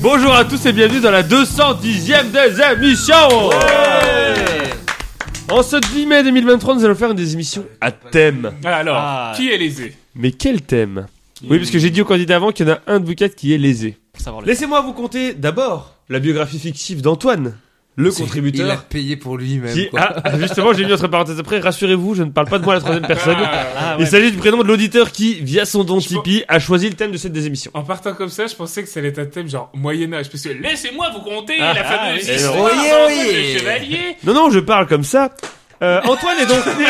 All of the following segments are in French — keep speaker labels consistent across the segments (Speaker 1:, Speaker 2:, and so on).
Speaker 1: Bonjour à tous et bienvenue dans la 210e des émissions En ce 10 mai 2023, nous allons faire une des émissions à thème.
Speaker 2: Alors,
Speaker 3: Ah.
Speaker 2: qui est lésé
Speaker 1: Mais quel thème Oui, parce que j'ai dit au candidat avant qu'il y en a un de vous quatre qui est lésé.
Speaker 3: Pour savoir le-
Speaker 1: Laissez-moi vous conter d'abord la biographie fictive d'Antoine, le
Speaker 4: Il a
Speaker 1: contributeur.
Speaker 4: payé pour
Speaker 1: Qui,
Speaker 4: lui-même. quoi.
Speaker 1: ah, justement, j'ai mis entre parenthèses après, rassurez-vous, je ne parle pas de moi à la troisième personne.
Speaker 2: Ah,
Speaker 3: Ah,
Speaker 1: Il
Speaker 3: ouais.
Speaker 1: s'agit du prénom de l'auditeur qui, via son don
Speaker 2: Je pense-
Speaker 1: Tipeee, a choisi le thème de cette désémission.
Speaker 2: En partant comme ça, je pensais que ça allait être un thème genre Moyen-Âge. Parce que laissez-moi vous compter
Speaker 1: Ah,
Speaker 2: la
Speaker 1: ah,
Speaker 2: fameuse
Speaker 1: oui.
Speaker 2: histoire
Speaker 4: Oui,
Speaker 2: d'Antoine
Speaker 4: oui.
Speaker 2: le chevalier.
Speaker 1: Non, non, je parle comme ça. Euh, Antoine est donc né...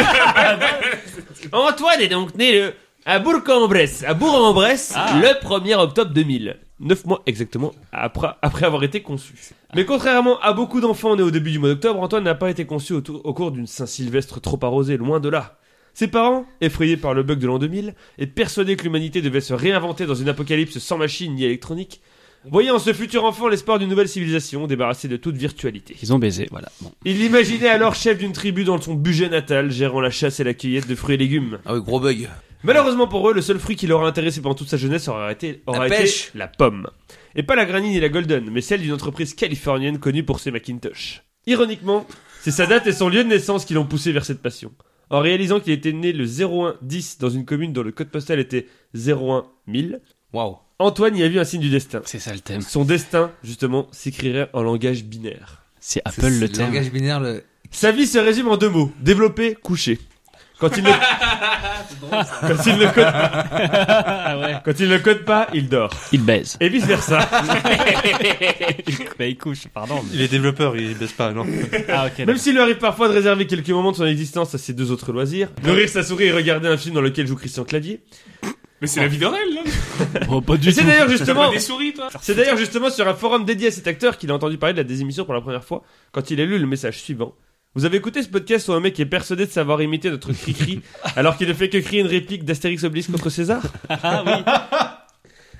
Speaker 1: Antoine est donc né le- à Bourg-en-Bresse, à Bourg-en-Bresse,
Speaker 3: Ah.
Speaker 1: le 1er octobre 2000. Neuf mois exactement après, après avoir été conçu. Mais contrairement à beaucoup d'enfants nés au début du mois d'octobre, Antoine n'a pas été conçu au, au cours d'une Saint-Sylvestre trop arrosée, loin de là. Ses parents, effrayés par le bug de l'an 2000 et persuadés que l'humanité devait se réinventer dans une apocalypse sans machine ni électronique, voyaient en ce futur enfant l'espoir d'une nouvelle civilisation débarrassée de toute virtualité.
Speaker 3: Ils ont baisé, voilà. Bon.
Speaker 1: Il l'imaginait alors chef d'une tribu dans son budget natal, gérant la chasse et la cueillette de fruits et légumes.
Speaker 4: Ah oui, gros bug.
Speaker 1: Malheureusement pour eux, le seul fruit qui leur a intéressé pendant toute sa jeunesse aurait été, aura
Speaker 4: La
Speaker 1: été
Speaker 4: pêche.
Speaker 1: la pomme. Et pas la granny ni la golden, mais celle d'une entreprise californienne connue pour ses Macintosh. Ironiquement, c'est sa date et son lieu de naissance qui l'ont poussé vers cette passion. En réalisant qu'il était né le 0110 dans une commune dont le code postal était 01000,
Speaker 4: Waouh.
Speaker 1: Antoine y a vu un signe du destin.
Speaker 3: C'est ça le thème.
Speaker 1: Son destin, justement, s'écrirait en langage binaire.
Speaker 3: C'est
Speaker 4: C'est-
Speaker 3: Apple
Speaker 4: c'est
Speaker 3: le thème.
Speaker 4: Langage binaire, le.
Speaker 1: Sa vie se résume en deux mots développer, coucher. Quand il ne, quand il ne code...
Speaker 3: Ah ouais.
Speaker 1: quand il ne code pas, il dort.
Speaker 3: Il baise.
Speaker 1: Et vice versa.
Speaker 3: Bah il couche, pardon. mais-
Speaker 5: Il est développeur, il baisse pas, non.
Speaker 3: Ah ok.
Speaker 1: Même s'il lui arrive parfois de réserver quelques moments de son existence à ses deux autres loisirs, nourrir sa souris et regarder un film dans lequel joue Christian Clavier.
Speaker 2: Mais c'est la vie d'Aurel, là.
Speaker 3: Oh, pas
Speaker 1: Et
Speaker 3: du
Speaker 1: c'est
Speaker 3: tout.
Speaker 1: d'ailleurs
Speaker 2: T'as
Speaker 1: justement,
Speaker 2: pas des souris, toi
Speaker 1: c'est d'ailleurs justement sur un forum dédié à cet acteur qu'il a entendu parler de la désémission pour la première fois quand il a lu le message suivant. Vous avez écouté ce podcast où un mec est persuadé de savoir imiter notre cri-cri alors qu'il ne fait que crier une réplique d'Astérix Obélix contre César
Speaker 3: Ah oui.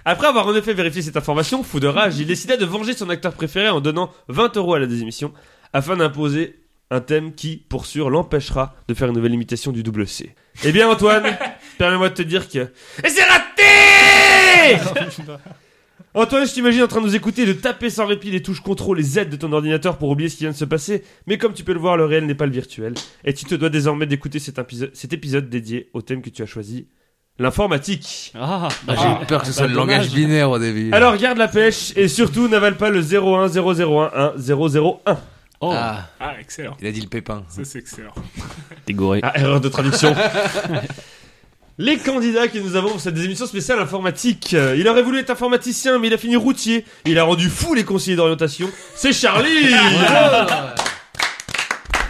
Speaker 1: Après avoir en effet vérifié cette information, fou de rage, il décida de venger son acteur préféré en donnant 20 euros à la désémission afin d'imposer un thème qui, pour sûr, l'empêchera de faire une nouvelle imitation du double C. Eh bien, Antoine, permets-moi de te dire que. Et c'est raté Antoine, je t'imagine en train de nous écouter et de taper sans répit les touches CTRL et Z de ton ordinateur pour oublier ce qui vient de se passer, mais comme tu peux le voir, le réel n'est pas le virtuel, et tu te dois désormais d'écouter cet, épiso- cet épisode dédié au thème que tu as choisi, l'informatique.
Speaker 3: Ah, bah,
Speaker 4: J'ai eu peur que ce soit le
Speaker 3: dommage.
Speaker 4: langage binaire au début.
Speaker 1: Alors garde la pêche et surtout n'avale pas le 010011001.
Speaker 3: Oh,
Speaker 4: Ah,
Speaker 2: Ah, excellent.
Speaker 4: il a dit le pépin.
Speaker 2: Ça, c'est excellent.
Speaker 3: t'es gouré.
Speaker 1: Ah, erreur de traduction. Les candidats que nous avons pour cette émission spéciale informatique. Euh, Il aurait voulu être informaticien, mais il a fini routier. Il a rendu fou les conseillers d'orientation. C'est Charlie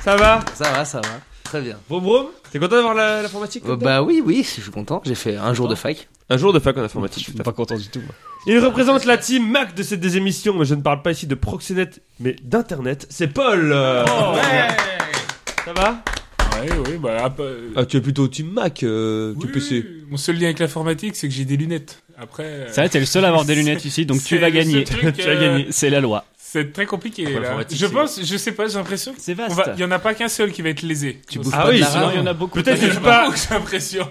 Speaker 1: Ça va
Speaker 4: Ça va, ça va. Très bien.
Speaker 1: Brom Brom T'es content d'avoir la- l'informatique
Speaker 6: Euh, bah oui, oui, je suis content. J'ai fait un jour de fac.
Speaker 1: Oh, Un jour de fac en informatique.
Speaker 3: pas content du tout. moi.
Speaker 1: Il représente la team Mac de cette désémission, mais je ne parle pas ici de proxénète, mais d'internet. C'est Paul Euh, Ça va
Speaker 2: Ouais, ouais, bah... ah, pas- euh,
Speaker 1: Ah, tu es plutôt team Mac euh, que
Speaker 2: oui,
Speaker 1: PC.
Speaker 2: Mon seul lien avec l'informatique, c'est que j'ai des lunettes. Après... euh,
Speaker 3: C'est vrai, t'es le seul à avoir des lunettes ici, donc
Speaker 2: c'est
Speaker 3: tu vas
Speaker 2: le seul
Speaker 3: gagner.
Speaker 2: truc,
Speaker 3: tu
Speaker 2: euh,
Speaker 3: vas gagner. C'est la loi.
Speaker 2: C'est très compliqué,
Speaker 1: Après,
Speaker 2: là.
Speaker 1: l'informatique,
Speaker 2: Je
Speaker 1: c'est-
Speaker 2: pense, je sais pas, j'ai l'impression
Speaker 3: C'est
Speaker 2: qu'il
Speaker 3: vaste.
Speaker 2: y en a pas qu'un seul qui va être lésé.
Speaker 4: Tu
Speaker 2: vois,
Speaker 4: bouffes
Speaker 2: c'est-
Speaker 1: Ah
Speaker 4: pas
Speaker 1: oui,
Speaker 4: de la
Speaker 1: sinon,
Speaker 4: rame.
Speaker 3: il y en a beaucoup.
Speaker 1: Peut-être que
Speaker 2: Il y
Speaker 1: tu
Speaker 2: en a pas
Speaker 1: parles,
Speaker 2: beaucoup, J'ai l'impression.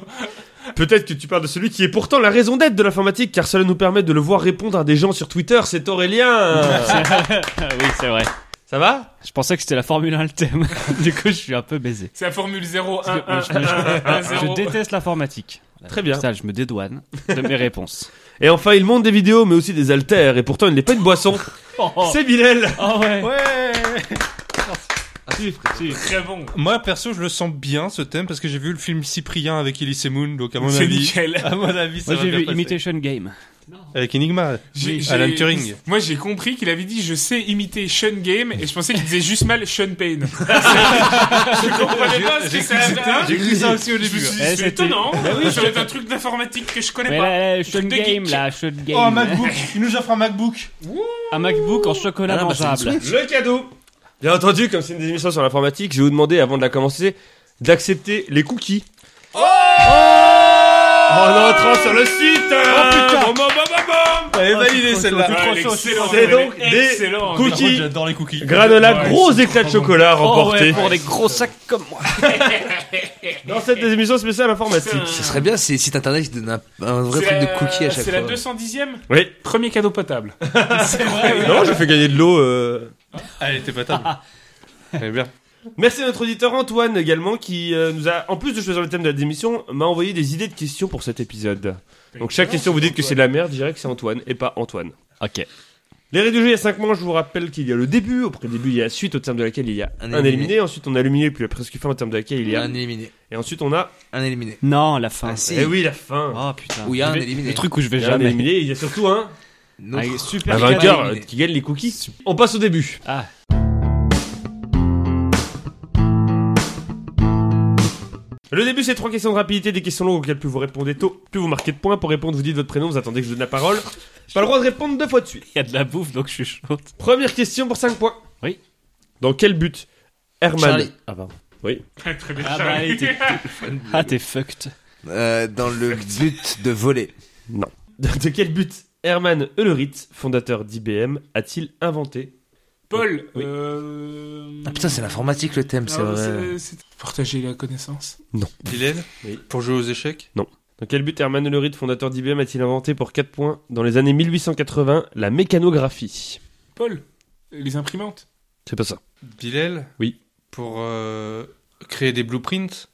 Speaker 1: peut-être que tu parles de celui qui est pourtant la raison d'être de l'informatique, car cela nous permet de le voir répondre à des gens sur Twitter. C'est Aurélien.
Speaker 3: Ah oui, c'est vrai.
Speaker 1: Ça va
Speaker 3: Je pensais que c'était la Formule 1 le thème. du coup, je suis un peu baisé.
Speaker 2: C'est la formule 0, 1, 1, 1,
Speaker 3: Parce que moi,
Speaker 2: 1,
Speaker 3: Je
Speaker 2: 0.
Speaker 3: déteste l'informatique.
Speaker 1: Très bien.
Speaker 3: Ça, je me dédouane de mes réponses.
Speaker 1: Et enfin, il monte des vidéos, mais aussi des haltères, et pourtant il n'est pas une boisson.
Speaker 3: Oh, oh.
Speaker 1: C'est Bilal.
Speaker 3: Oh, ouais.
Speaker 1: Ouais.
Speaker 2: Très bon.
Speaker 5: Moi, perso, je le sens bien ce thème parce que j'ai vu le film Cyprien avec Elise Moon, donc à mon
Speaker 2: C'est
Speaker 5: avis.
Speaker 2: nickel.
Speaker 5: À mon avis, ça
Speaker 3: Moi,
Speaker 5: va
Speaker 3: j'ai
Speaker 5: bien
Speaker 3: vu
Speaker 5: passer.
Speaker 3: Imitation Game.
Speaker 5: Avec Enigma.
Speaker 2: J'ai- j'ai-
Speaker 5: Alan Turing.
Speaker 2: Moi j'ai compris qu'il avait dit je sais imiter Sean Game et je pensais qu'il disait juste mal Sean Payne. je comprenais pas ce que ça avait.
Speaker 5: J'ai cru ça aussi au
Speaker 2: Je me
Speaker 5: début.
Speaker 2: suis dit,
Speaker 3: Eh,
Speaker 2: c'est
Speaker 3: c'était-
Speaker 2: étonnant.
Speaker 3: Bah oui,
Speaker 2: ça va être un truc d'informatique que je connais
Speaker 3: Mais
Speaker 2: pas.
Speaker 3: là, là, Shun
Speaker 2: Truc de
Speaker 3: Game,
Speaker 2: geek.
Speaker 3: là, Shun Game.
Speaker 5: Oh, un MacBook. Il nous offre un MacBook.
Speaker 3: Un MacBook en
Speaker 4: Ah
Speaker 3: chocolat
Speaker 4: non, bah, c'est une
Speaker 3: mangeable.
Speaker 1: Le cadeau. Bien entendu, comme c'est une émission sur l'informatique, je vais vous demander avant de la commencer d'accepter les cookies. Oh En entrant sur le site euh,
Speaker 5: putain.
Speaker 1: bom, bom, bom, bom, bom.
Speaker 5: Elle est validée celle-là.
Speaker 2: Ah,
Speaker 3: Trop
Speaker 2: elle est
Speaker 3: chaud,
Speaker 2: excellente,
Speaker 1: c'est
Speaker 2: elle
Speaker 1: donc
Speaker 2: est
Speaker 1: des
Speaker 2: excellente.
Speaker 1: cookies. Cookie.
Speaker 5: J'adore les cookies.
Speaker 1: Granola,
Speaker 2: Ouais,
Speaker 1: gros éclat de chocolat remporté
Speaker 3: Oh, pour des gros sacs comme moi.
Speaker 1: dans cette émission spéciale informatique.
Speaker 2: Putain.
Speaker 6: Ce
Speaker 2: Ce
Speaker 6: serait bien si les sites internet qui donnent un, un vrai
Speaker 2: C'est
Speaker 6: truc
Speaker 2: la-
Speaker 6: de cookie à chaque
Speaker 2: C'est
Speaker 6: fois.
Speaker 2: la 210e
Speaker 1: Oui.
Speaker 2: Premier cadeau potable.
Speaker 1: Non, je fais gagner de l'eau. euh.
Speaker 5: Ah, Elle était pas table. Elle est bien.
Speaker 1: Merci à notre auditeur Antoine également qui euh, nous a, en plus de choisir le thème de la démission, m'a envoyé des idées de questions pour cet épisode. Donc chaque question vous dites que c'est de la merde, je dirais que c'est Antoine et pas Antoine.
Speaker 3: Ok.
Speaker 1: Les règles du jeu, il y a 5 manches, je vous rappelle qu'il y a le début, après le début il y a la suite, au terme de laquelle il y a un,
Speaker 6: Un
Speaker 1: éliminé.
Speaker 6: éliminé.
Speaker 1: ensuite on a éliminé, puis la presque fin, au terme de laquelle il
Speaker 6: Il
Speaker 1: y
Speaker 6: y
Speaker 1: a
Speaker 6: a un éliminé.
Speaker 1: Et ensuite on a...
Speaker 6: Un éliminé.
Speaker 3: Non, la fin.
Speaker 6: Ah, si.
Speaker 1: Eh oui, la fin
Speaker 3: Oh putain.
Speaker 6: Où il y a un
Speaker 3: Le-
Speaker 6: éliminé.
Speaker 3: Le truc où je vais
Speaker 1: Il y a un
Speaker 3: jamais.
Speaker 1: éliminé, il y a surtout un...
Speaker 6: Non.
Speaker 3: Ah,
Speaker 1: un
Speaker 3: super
Speaker 1: vainqueur euh,
Speaker 6: éliminé.
Speaker 1: qui gagne les cookies. On passe au début.
Speaker 3: Ah.
Speaker 1: Le début, c'est trois questions de rapidité, des questions longues auxquelles plus vous répondez tôt, plus vous marquez de points. Pour répondre, vous dites votre prénom, vous attendez que je donne la parole. Pas le droit de répondre deux fois de suite.
Speaker 3: Il y a de la bouffe donc je suis chaud.
Speaker 1: Première question pour 5 points.
Speaker 3: Oui.
Speaker 1: Dans quel but Herman.
Speaker 6: Charlie.
Speaker 1: Ah, pardon.
Speaker 2: Très bien.
Speaker 3: Ah,
Speaker 2: Charlie.
Speaker 3: bah, t'es- Ah, t'es fucked.
Speaker 6: Euh, dans le but de voler.
Speaker 1: De quel but Herman Eulerit, fondateur d'IBM, a-t-il inventé
Speaker 2: Paul.
Speaker 1: Oui.
Speaker 2: euh,
Speaker 6: Ah putain, c'est l'informatique le thème, c'est
Speaker 2: non,
Speaker 6: vrai.
Speaker 2: c'est- c'est- Partager la connaissance.
Speaker 5: Hélène
Speaker 1: Oui.
Speaker 5: Pour jouer aux échecs
Speaker 1: Dans quel but Herman Eulerit, fondateur d'IBM, a-t-il inventé pour 4 points dans les années 1880 la mécanographie
Speaker 2: Paul. Les imprimantes.
Speaker 1: C'est pas ça.
Speaker 5: Bilal
Speaker 1: Oui.
Speaker 5: Pour euh, créer des blueprints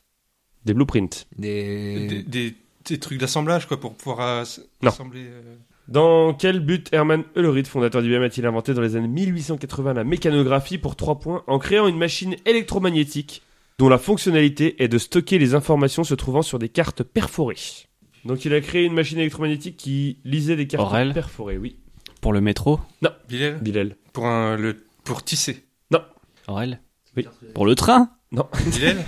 Speaker 1: Des blueprints.
Speaker 5: des,
Speaker 6: Des...
Speaker 5: des- des trucs d'assemblage, quoi, pour pouvoir as-
Speaker 1: Non.
Speaker 5: assembler. euh,
Speaker 1: Dans quel but Herman Eulerit, fondateur d'IBM, a-t-il inventé dans les années 1880 la mécanographie pour 3 points en créant une machine électromagnétique dont la fonctionnalité est de stocker les informations se trouvant sur des cartes perforées Donc il a créé une machine électromagnétique qui lisait des cartes
Speaker 3: Aurel
Speaker 1: perforées, oui.
Speaker 3: Pour le métro,
Speaker 5: Bilal
Speaker 1: Bilal.
Speaker 5: Pour, un, le, pour tisser.
Speaker 3: Aurel
Speaker 1: Oui.
Speaker 3: Pour le train
Speaker 5: Bilal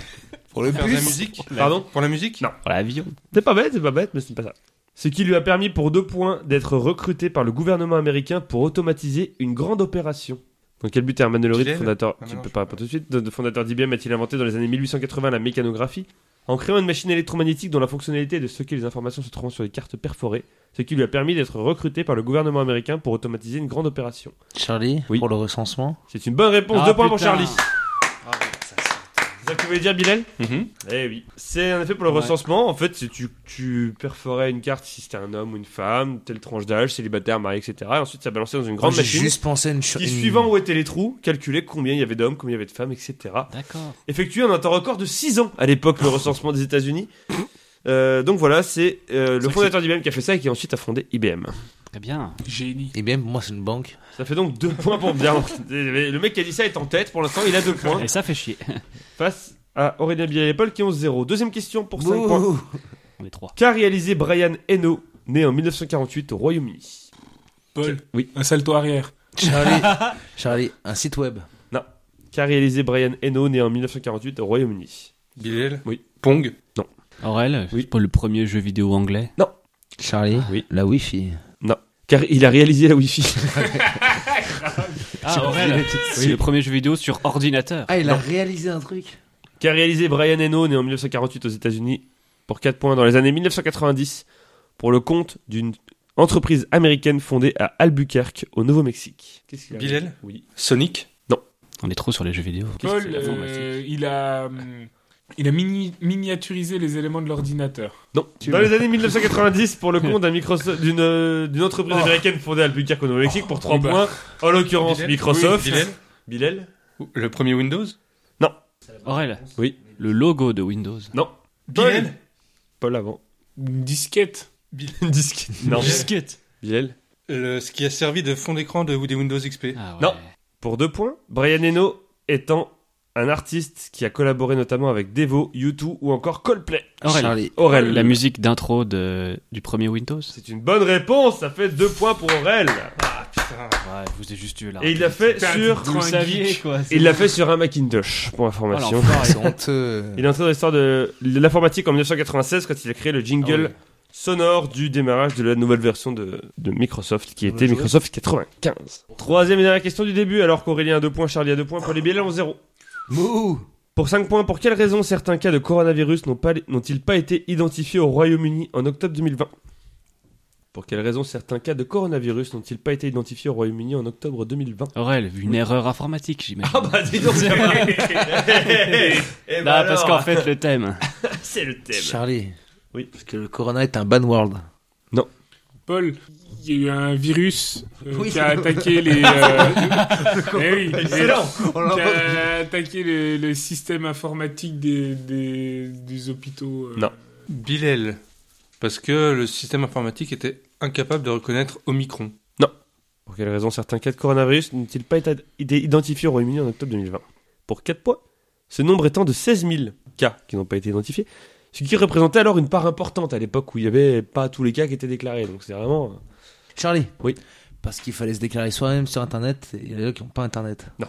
Speaker 6: Pour le
Speaker 5: Faire de la
Speaker 6: bus.
Speaker 5: musique
Speaker 1: Pardon
Speaker 5: Pour la musique
Speaker 1: Non.
Speaker 3: Pour l'avion
Speaker 1: C'est pas bête, c'est pas bête, mais c'est pas ça. Ce qui lui a permis pour deux points d'être recruté par le gouvernement américain pour automatiser une grande opération. Dans quel but Herman Eloride,
Speaker 5: Gilles
Speaker 1: fondateur,
Speaker 5: Ah,
Speaker 1: tu
Speaker 5: non,
Speaker 1: peux
Speaker 5: je
Speaker 1: pas répondre tout de suite, de- de fondateur d'IBM a-t-il inventé dans les années 1880 la mécanographie en créant une machine électromagnétique dont la fonctionnalité est de stocker les informations se trouvant sur les cartes perforées, ce qui lui a permis d'être recruté par le gouvernement américain pour automatiser une grande opération.
Speaker 6: Charlie,
Speaker 1: Oui.
Speaker 6: pour le recensement.
Speaker 1: C'est une bonne réponse,
Speaker 3: Ah,
Speaker 1: deux points pour
Speaker 3: putain.
Speaker 1: Charlie. C'est ça que vous voulez dire, Bilal Eh oui. C'est un effet pour le
Speaker 3: Ouais.
Speaker 1: recensement. En fait, c'est tu, tu perforais une carte si c'était un homme ou une femme, telle tranche d'âge, célibataire, marié, etc. Et ensuite, ça balançait dans une grande
Speaker 6: J'ai
Speaker 1: machine.
Speaker 6: juste pensé à une chose.
Speaker 1: Qui, suivant où étaient les trous, calculait combien il y avait d'hommes, combien il y avait de femmes, etc.
Speaker 3: D'accord.
Speaker 1: Effectué en un temps record de 6 ans à l'époque, le recensement des États-Unis. Euh, donc voilà, c'est euh, le
Speaker 3: que
Speaker 1: fondateur d'IBM qui a fait ça et qui ensuite a fondé IBM.
Speaker 3: Très bien.
Speaker 2: Génie.
Speaker 6: Et Eh bien, pour moi, c'est une banque.
Speaker 1: Ça fait donc 2 points pour bien. Le mec qui a dit ça est en tête pour l'instant, il a 2 points.
Speaker 3: Et ça fait chier.
Speaker 1: face à Aurélien Bilal et Paul qui ont 0. Deuxième question pour 5
Speaker 6: Bouh.
Speaker 1: points.
Speaker 3: On est trois.
Speaker 1: Qu'a réalisé Brian Eno, né en 1948 au Royaume-Uni
Speaker 2: Paul.
Speaker 1: Oui.
Speaker 2: Un salto arrière.
Speaker 6: Charlie, Charlie, un site web.
Speaker 1: Qu'a réalisé Brian Eno, né en 1948 au Royaume-Uni
Speaker 5: Bilal
Speaker 1: Oui.
Speaker 5: Pong
Speaker 3: Aurel
Speaker 1: Oui.
Speaker 3: oui. Pour le premier jeu vidéo anglais
Speaker 6: Charlie,
Speaker 1: Oui.
Speaker 6: la Wi-Fi.
Speaker 1: Car il a réalisé la Wi-Fi.
Speaker 3: Ah, Aurel C'est le premier jeu vidéo sur ordinateur.
Speaker 6: Ah, il a réalisé un truc.
Speaker 1: Qu'a réalisé Brian Eno, né en 1948 aux États-Unis pour 4 points dans les années 1990 pour le compte d'une entreprise américaine fondée à Albuquerque au Nouveau-Mexique Qu'est-ce qu'il a
Speaker 5: Bilal
Speaker 1: réalisé Oui.
Speaker 5: Sonic
Speaker 3: On est trop sur les jeux vidéo.
Speaker 2: Paul,
Speaker 3: Qu'est-ce que c'est, l'informatique
Speaker 2: euh, il a, hum, il a mini- miniaturisé les éléments de l'ordinateur.
Speaker 1: Non. Dans les années 1990, pour le compte d'un Microsoft- d'une euh, d'une entreprise américaine fondée à Albuquerque au Nouveau-Mexique pour 3
Speaker 2: oui, bah.
Speaker 1: points, en l'occurrence
Speaker 5: Bilal
Speaker 1: Microsoft.
Speaker 5: Oui, Bilal
Speaker 1: Bilal
Speaker 5: Le premier Windows
Speaker 3: Aurel
Speaker 1: Oui.
Speaker 3: Le logo de Windows.
Speaker 1: Bilal Paul avant.
Speaker 2: Une disquette.
Speaker 1: Une disque. Non.
Speaker 3: Disquette.
Speaker 1: Bilal
Speaker 5: Le- ce qui a servi de fond d'écran de, des Windows XP.
Speaker 3: Ah, ouais.
Speaker 1: Non. Pour 2 points, Brian Eno étant un artiste qui a collaboré notamment avec Devo, U2 ou encore Coldplay.
Speaker 3: Aurel
Speaker 6: Charlie.
Speaker 1: Aurel.
Speaker 3: La musique d'intro de, du premier Windows.
Speaker 1: C'est une bonne réponse, ça fait 2 points pour Aurel.
Speaker 3: Ouais, vous avez juste eu là.
Speaker 1: Et il l'a fait
Speaker 2: Putain,
Speaker 1: sur.
Speaker 2: vous le saviez,
Speaker 3: quoi.
Speaker 1: Il l'a fait sur un Macintosh, pour
Speaker 6: Oh,
Speaker 1: information.
Speaker 6: C'est honteux.
Speaker 1: Il est entré dans l'histoire de l'informatique en 1996 quand il a créé le jingle
Speaker 3: Ah
Speaker 1: sonore du démarrage de la nouvelle version de, de Microsoft qui était
Speaker 6: Bonne jouée.
Speaker 1: Microsoft 95. Troisième et dernière question du début alors qu'Aurélien a 2 points, Charlie a 2 points, Paul et Biel ont 0.
Speaker 6: Mou
Speaker 1: Pour 5 points, pour quelles raisons certains cas de coronavirus n'ont pas- n'ont-ils pas, été identifiés au Royaume-Uni en octobre 2020 Pour quelles raisons certains cas de coronavirus n'ont-ils pas été identifiés au Royaume-Uni en octobre 2020
Speaker 3: Aurel, une erreur informatique, j'imagine.
Speaker 1: Ah bah dis donc, ça va. Eh, eh,
Speaker 3: non,
Speaker 1: bah
Speaker 3: parce
Speaker 1: alors,
Speaker 3: qu'en fait, le thème.
Speaker 1: c'est le thème.
Speaker 6: Charlie.
Speaker 1: Oui.
Speaker 6: Parce que le corona est un ban world.
Speaker 2: Paul, il y a eu un virus euh,
Speaker 6: Oui,
Speaker 2: qui a
Speaker 6: c'est-
Speaker 2: attaqué les. euh, eh oui,
Speaker 1: Excellent.
Speaker 6: Oh,
Speaker 2: Qui a attaqué le, le système informatique des, des, des hôpitaux. euh.
Speaker 1: Non.
Speaker 5: Bilel. Parce que le système informatique était incapable de reconnaître Omicron.
Speaker 1: Pour quelles raisons certains cas de coronavirus n'ont-ils pas été été identifiés au Royaume-Uni en octobre 2020 Pour 4 points, ce nombre étant de 16 000 cas qui n'ont pas été identifiés, ce qui représentait alors une part importante à l'époque où il n'y avait pas tous les cas qui étaient déclarés. Donc c'est vraiment... euh,
Speaker 6: Charlie.
Speaker 1: Oui.
Speaker 6: Parce qu'il fallait se déclarer soi-même sur Internet et il y en a qui n'ont pas Internet.
Speaker 2: Eh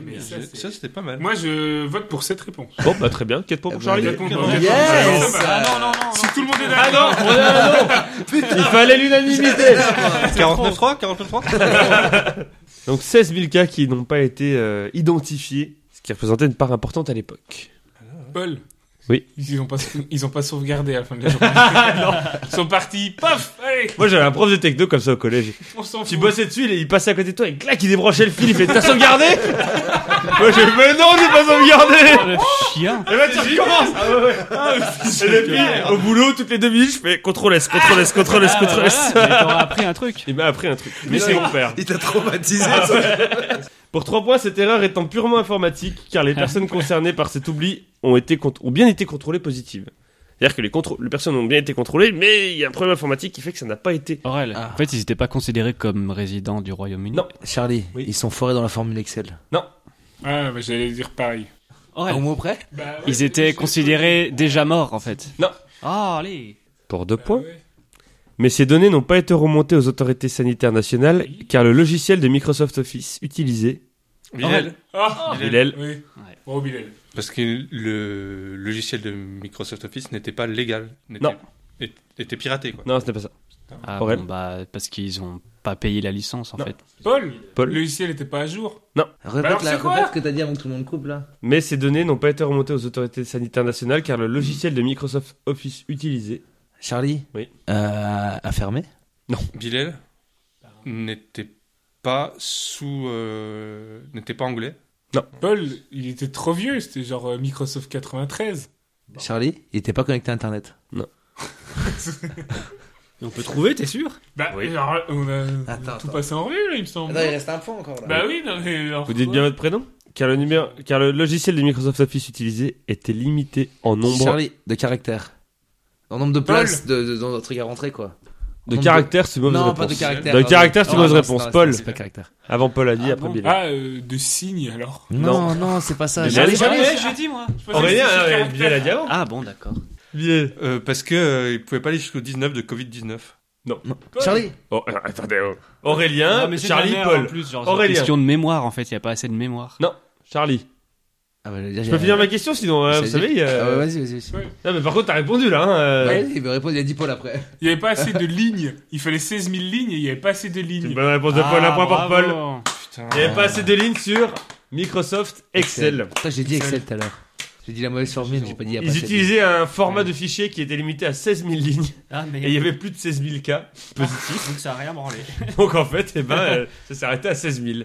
Speaker 2: bien,
Speaker 4: Ah,
Speaker 2: ça, c'est-
Speaker 5: Ça, c'était pas mal.
Speaker 2: Moi, je vote pour cette réponse.
Speaker 1: Bon, bah très bien, 4 points pour Charlie.
Speaker 2: Quatre
Speaker 6: Oh,
Speaker 2: contre-
Speaker 5: Yes
Speaker 2: quatre contre-
Speaker 6: Ah non, non,
Speaker 2: Si tout le monde est
Speaker 1: Ah
Speaker 2: d'accord.
Speaker 1: non, on a un non Il fallait l'unanimité
Speaker 5: Ah, 49.3 49.3
Speaker 1: Donc 16 000 cas qui n'ont pas été euh, identifiés, ce qui représentait une part importante à l'époque.
Speaker 2: Euh, Paul.
Speaker 1: Oui.
Speaker 2: Ils ont pas, ils ont pas sauvegardé à la fin de la journée. Ils sont partis, paf, allez,
Speaker 1: Moi j'avais un prof de techno comme ça au collège.
Speaker 2: on s'en fout.
Speaker 1: Tu bossais dessus, il, il passait à côté de toi et clac, il débranchait le fil, il fait T'as sauvegardé Moi je fais, Mais non, j'ai pas sauvegardé
Speaker 3: Oh, Le chien
Speaker 1: Et là Eh tu recommences Ah ouais, ouais. Et depuis, au boulot, toutes les deux minutes, je fais Contrôle S, Contrôle S, Contrôle S, Contrôle S.
Speaker 3: T'auras appris un truc.
Speaker 1: Il m'a appris ben, un truc. Ah, Mais c'est mon père.
Speaker 4: Il t'a traumatisé.
Speaker 1: Pour 3 points, cette erreur étant purement informatique, car les personnes concernées par cet oubli ont, été cont- ont bien été contrôlées positives. C'est-à-dire que les, contrô- les personnes ont bien été contrôlées, mais il y a un problème informatique qui fait que ça n'a pas été.
Speaker 3: Aurel,
Speaker 6: Ah.
Speaker 3: en fait, ils n'étaient pas considérés comme résidents du Royaume-Uni.
Speaker 1: Non.
Speaker 6: Charlie,
Speaker 1: Oui.
Speaker 6: ils sont forés dans la formule Excel.
Speaker 2: Ah, bah, j'allais dire pareil.
Speaker 3: Aurel,
Speaker 1: Ah
Speaker 6: Un mot près
Speaker 2: Bah, ouais,
Speaker 3: ils étaient
Speaker 2: je-
Speaker 3: considérés déjà morts, en fait.
Speaker 1: Non.
Speaker 3: Ah, allez
Speaker 1: Pour 2
Speaker 2: Bah,
Speaker 1: points,
Speaker 2: ouais.
Speaker 1: Euh, Mais ces données n'ont pas été remontées aux autorités sanitaires nationales car le logiciel de Microsoft Office utilisé,
Speaker 5: Bilel.
Speaker 2: Ah,
Speaker 1: Bilal,
Speaker 2: oui.
Speaker 3: Ouais.
Speaker 2: Bon, Bilal.
Speaker 5: Parce que le logiciel de Microsoft Office n'était pas légal. n'était-
Speaker 1: Non.
Speaker 5: est- Était piraté, quoi.
Speaker 1: non ce n'est pas ça.
Speaker 3: Ah,
Speaker 1: Aurel.
Speaker 3: bon, bah, parce qu'ils ont pas payé la licence, en
Speaker 1: Non.
Speaker 3: fait.
Speaker 2: Paul,
Speaker 1: Paul.
Speaker 2: le logiciel n'était pas à jour. Bah
Speaker 6: Répète,
Speaker 2: alors,
Speaker 6: la,
Speaker 2: c'est quoi
Speaker 6: répète ce que t'as dit avant que tout le monde coupe là.
Speaker 1: Mais ces données n'ont pas été remontées aux autorités sanitaires nationales car le logiciel de Microsoft Office utilisé,
Speaker 6: Charlie
Speaker 1: Oui.
Speaker 6: Euh, à fermer
Speaker 5: Bilel n'était pas sous. euh, n'était pas anglais.
Speaker 2: Paul, il était trop vieux, c'était genre euh, Microsoft 93.
Speaker 6: Charlie, il était pas connecté à Internet.
Speaker 3: On peut trouver, t'es sûr
Speaker 2: Bah, genre, on a on a
Speaker 6: Attends,
Speaker 2: tout
Speaker 6: attends.
Speaker 2: passé en rue, là, il me semble.
Speaker 6: reste un point encore
Speaker 2: Bah oui, non, mais. alors,
Speaker 1: vous dites
Speaker 2: quoi
Speaker 1: bien votre prénom car le, numéro, car le logiciel de Microsoft Office utilisé était limité en nombre
Speaker 6: Charlie, de caractère. En nombre de
Speaker 2: Paul.
Speaker 6: places de, de- dans notre truc à rentrer quoi. En
Speaker 1: de
Speaker 6: nombre
Speaker 1: caractères, c'est une mauvaise
Speaker 6: Non,
Speaker 1: réponse.
Speaker 6: pas de caractère.
Speaker 1: De
Speaker 6: pardon.
Speaker 1: caractère, c'est
Speaker 6: Non,
Speaker 1: une mauvaise
Speaker 6: non,
Speaker 1: réponse.
Speaker 6: non,
Speaker 1: Paul.
Speaker 6: C'est pas caractère.
Speaker 1: Avant Paul a dit,
Speaker 3: Ah
Speaker 1: après
Speaker 3: bon
Speaker 1: Bilal.
Speaker 2: Ah, euh, de signes alors.
Speaker 1: Non.
Speaker 6: Non, non, c'est pas ça.
Speaker 1: Mais Charlie,
Speaker 6: Charlie,
Speaker 3: j'ai dit, moi
Speaker 2: Je pensais que c'était sur caractère.
Speaker 1: Bilal a dit avant.
Speaker 3: Ah, bon, d'accord.
Speaker 5: Euh, parce que euh, il pouvait pas aller jusqu'au 19 de Covid-19.
Speaker 2: Paul.
Speaker 6: Charlie.
Speaker 1: Oh, euh, attendez, oh. Aurélien, Charlie,
Speaker 3: En
Speaker 1: Paul.
Speaker 3: plus, genre,
Speaker 1: c'est Aurélien.
Speaker 3: question de mémoire, en fait. Il n'y a pas assez de mémoire.
Speaker 1: Charlie.
Speaker 6: Ah bah, j'allais dire,
Speaker 1: Je peux
Speaker 6: j'ai-
Speaker 1: finir ma question sinon, euh,
Speaker 6: j'allais
Speaker 1: vous
Speaker 6: dire-
Speaker 1: savez. euh,
Speaker 6: Ah ouais, vas-y, vas-y. vas-y.
Speaker 2: Ouais.
Speaker 1: Non, mais par contre, t'as répondu là. Hein, euh,
Speaker 6: Ouais, il me répondre, il a dit Paul après.
Speaker 2: Il n'y avait pas assez de lignes. Il fallait 16 000 lignes et il n'y avait pas assez de
Speaker 1: C'est
Speaker 2: lignes.
Speaker 1: une bonne réponse
Speaker 3: Ah,
Speaker 1: de Paul, un point
Speaker 6: Ah,
Speaker 1: pour Paul.
Speaker 5: Putain.
Speaker 1: Il n'y avait pas assez de lignes sur Microsoft Excel.
Speaker 6: Putain, j'ai dit Excel tout à l'heure. J'ai dit la mauvaise formule, j'ai pas dit après.
Speaker 1: Ils utilisaient un format de fichier qui était limité à 16 000 lignes
Speaker 3: Ah, mais
Speaker 1: et il y avait plus de 16 000 cas positifs.
Speaker 3: Donc ça a rien branlé.
Speaker 1: Donc en fait, eh ben, euh, ça s'est arrêté à 16 000.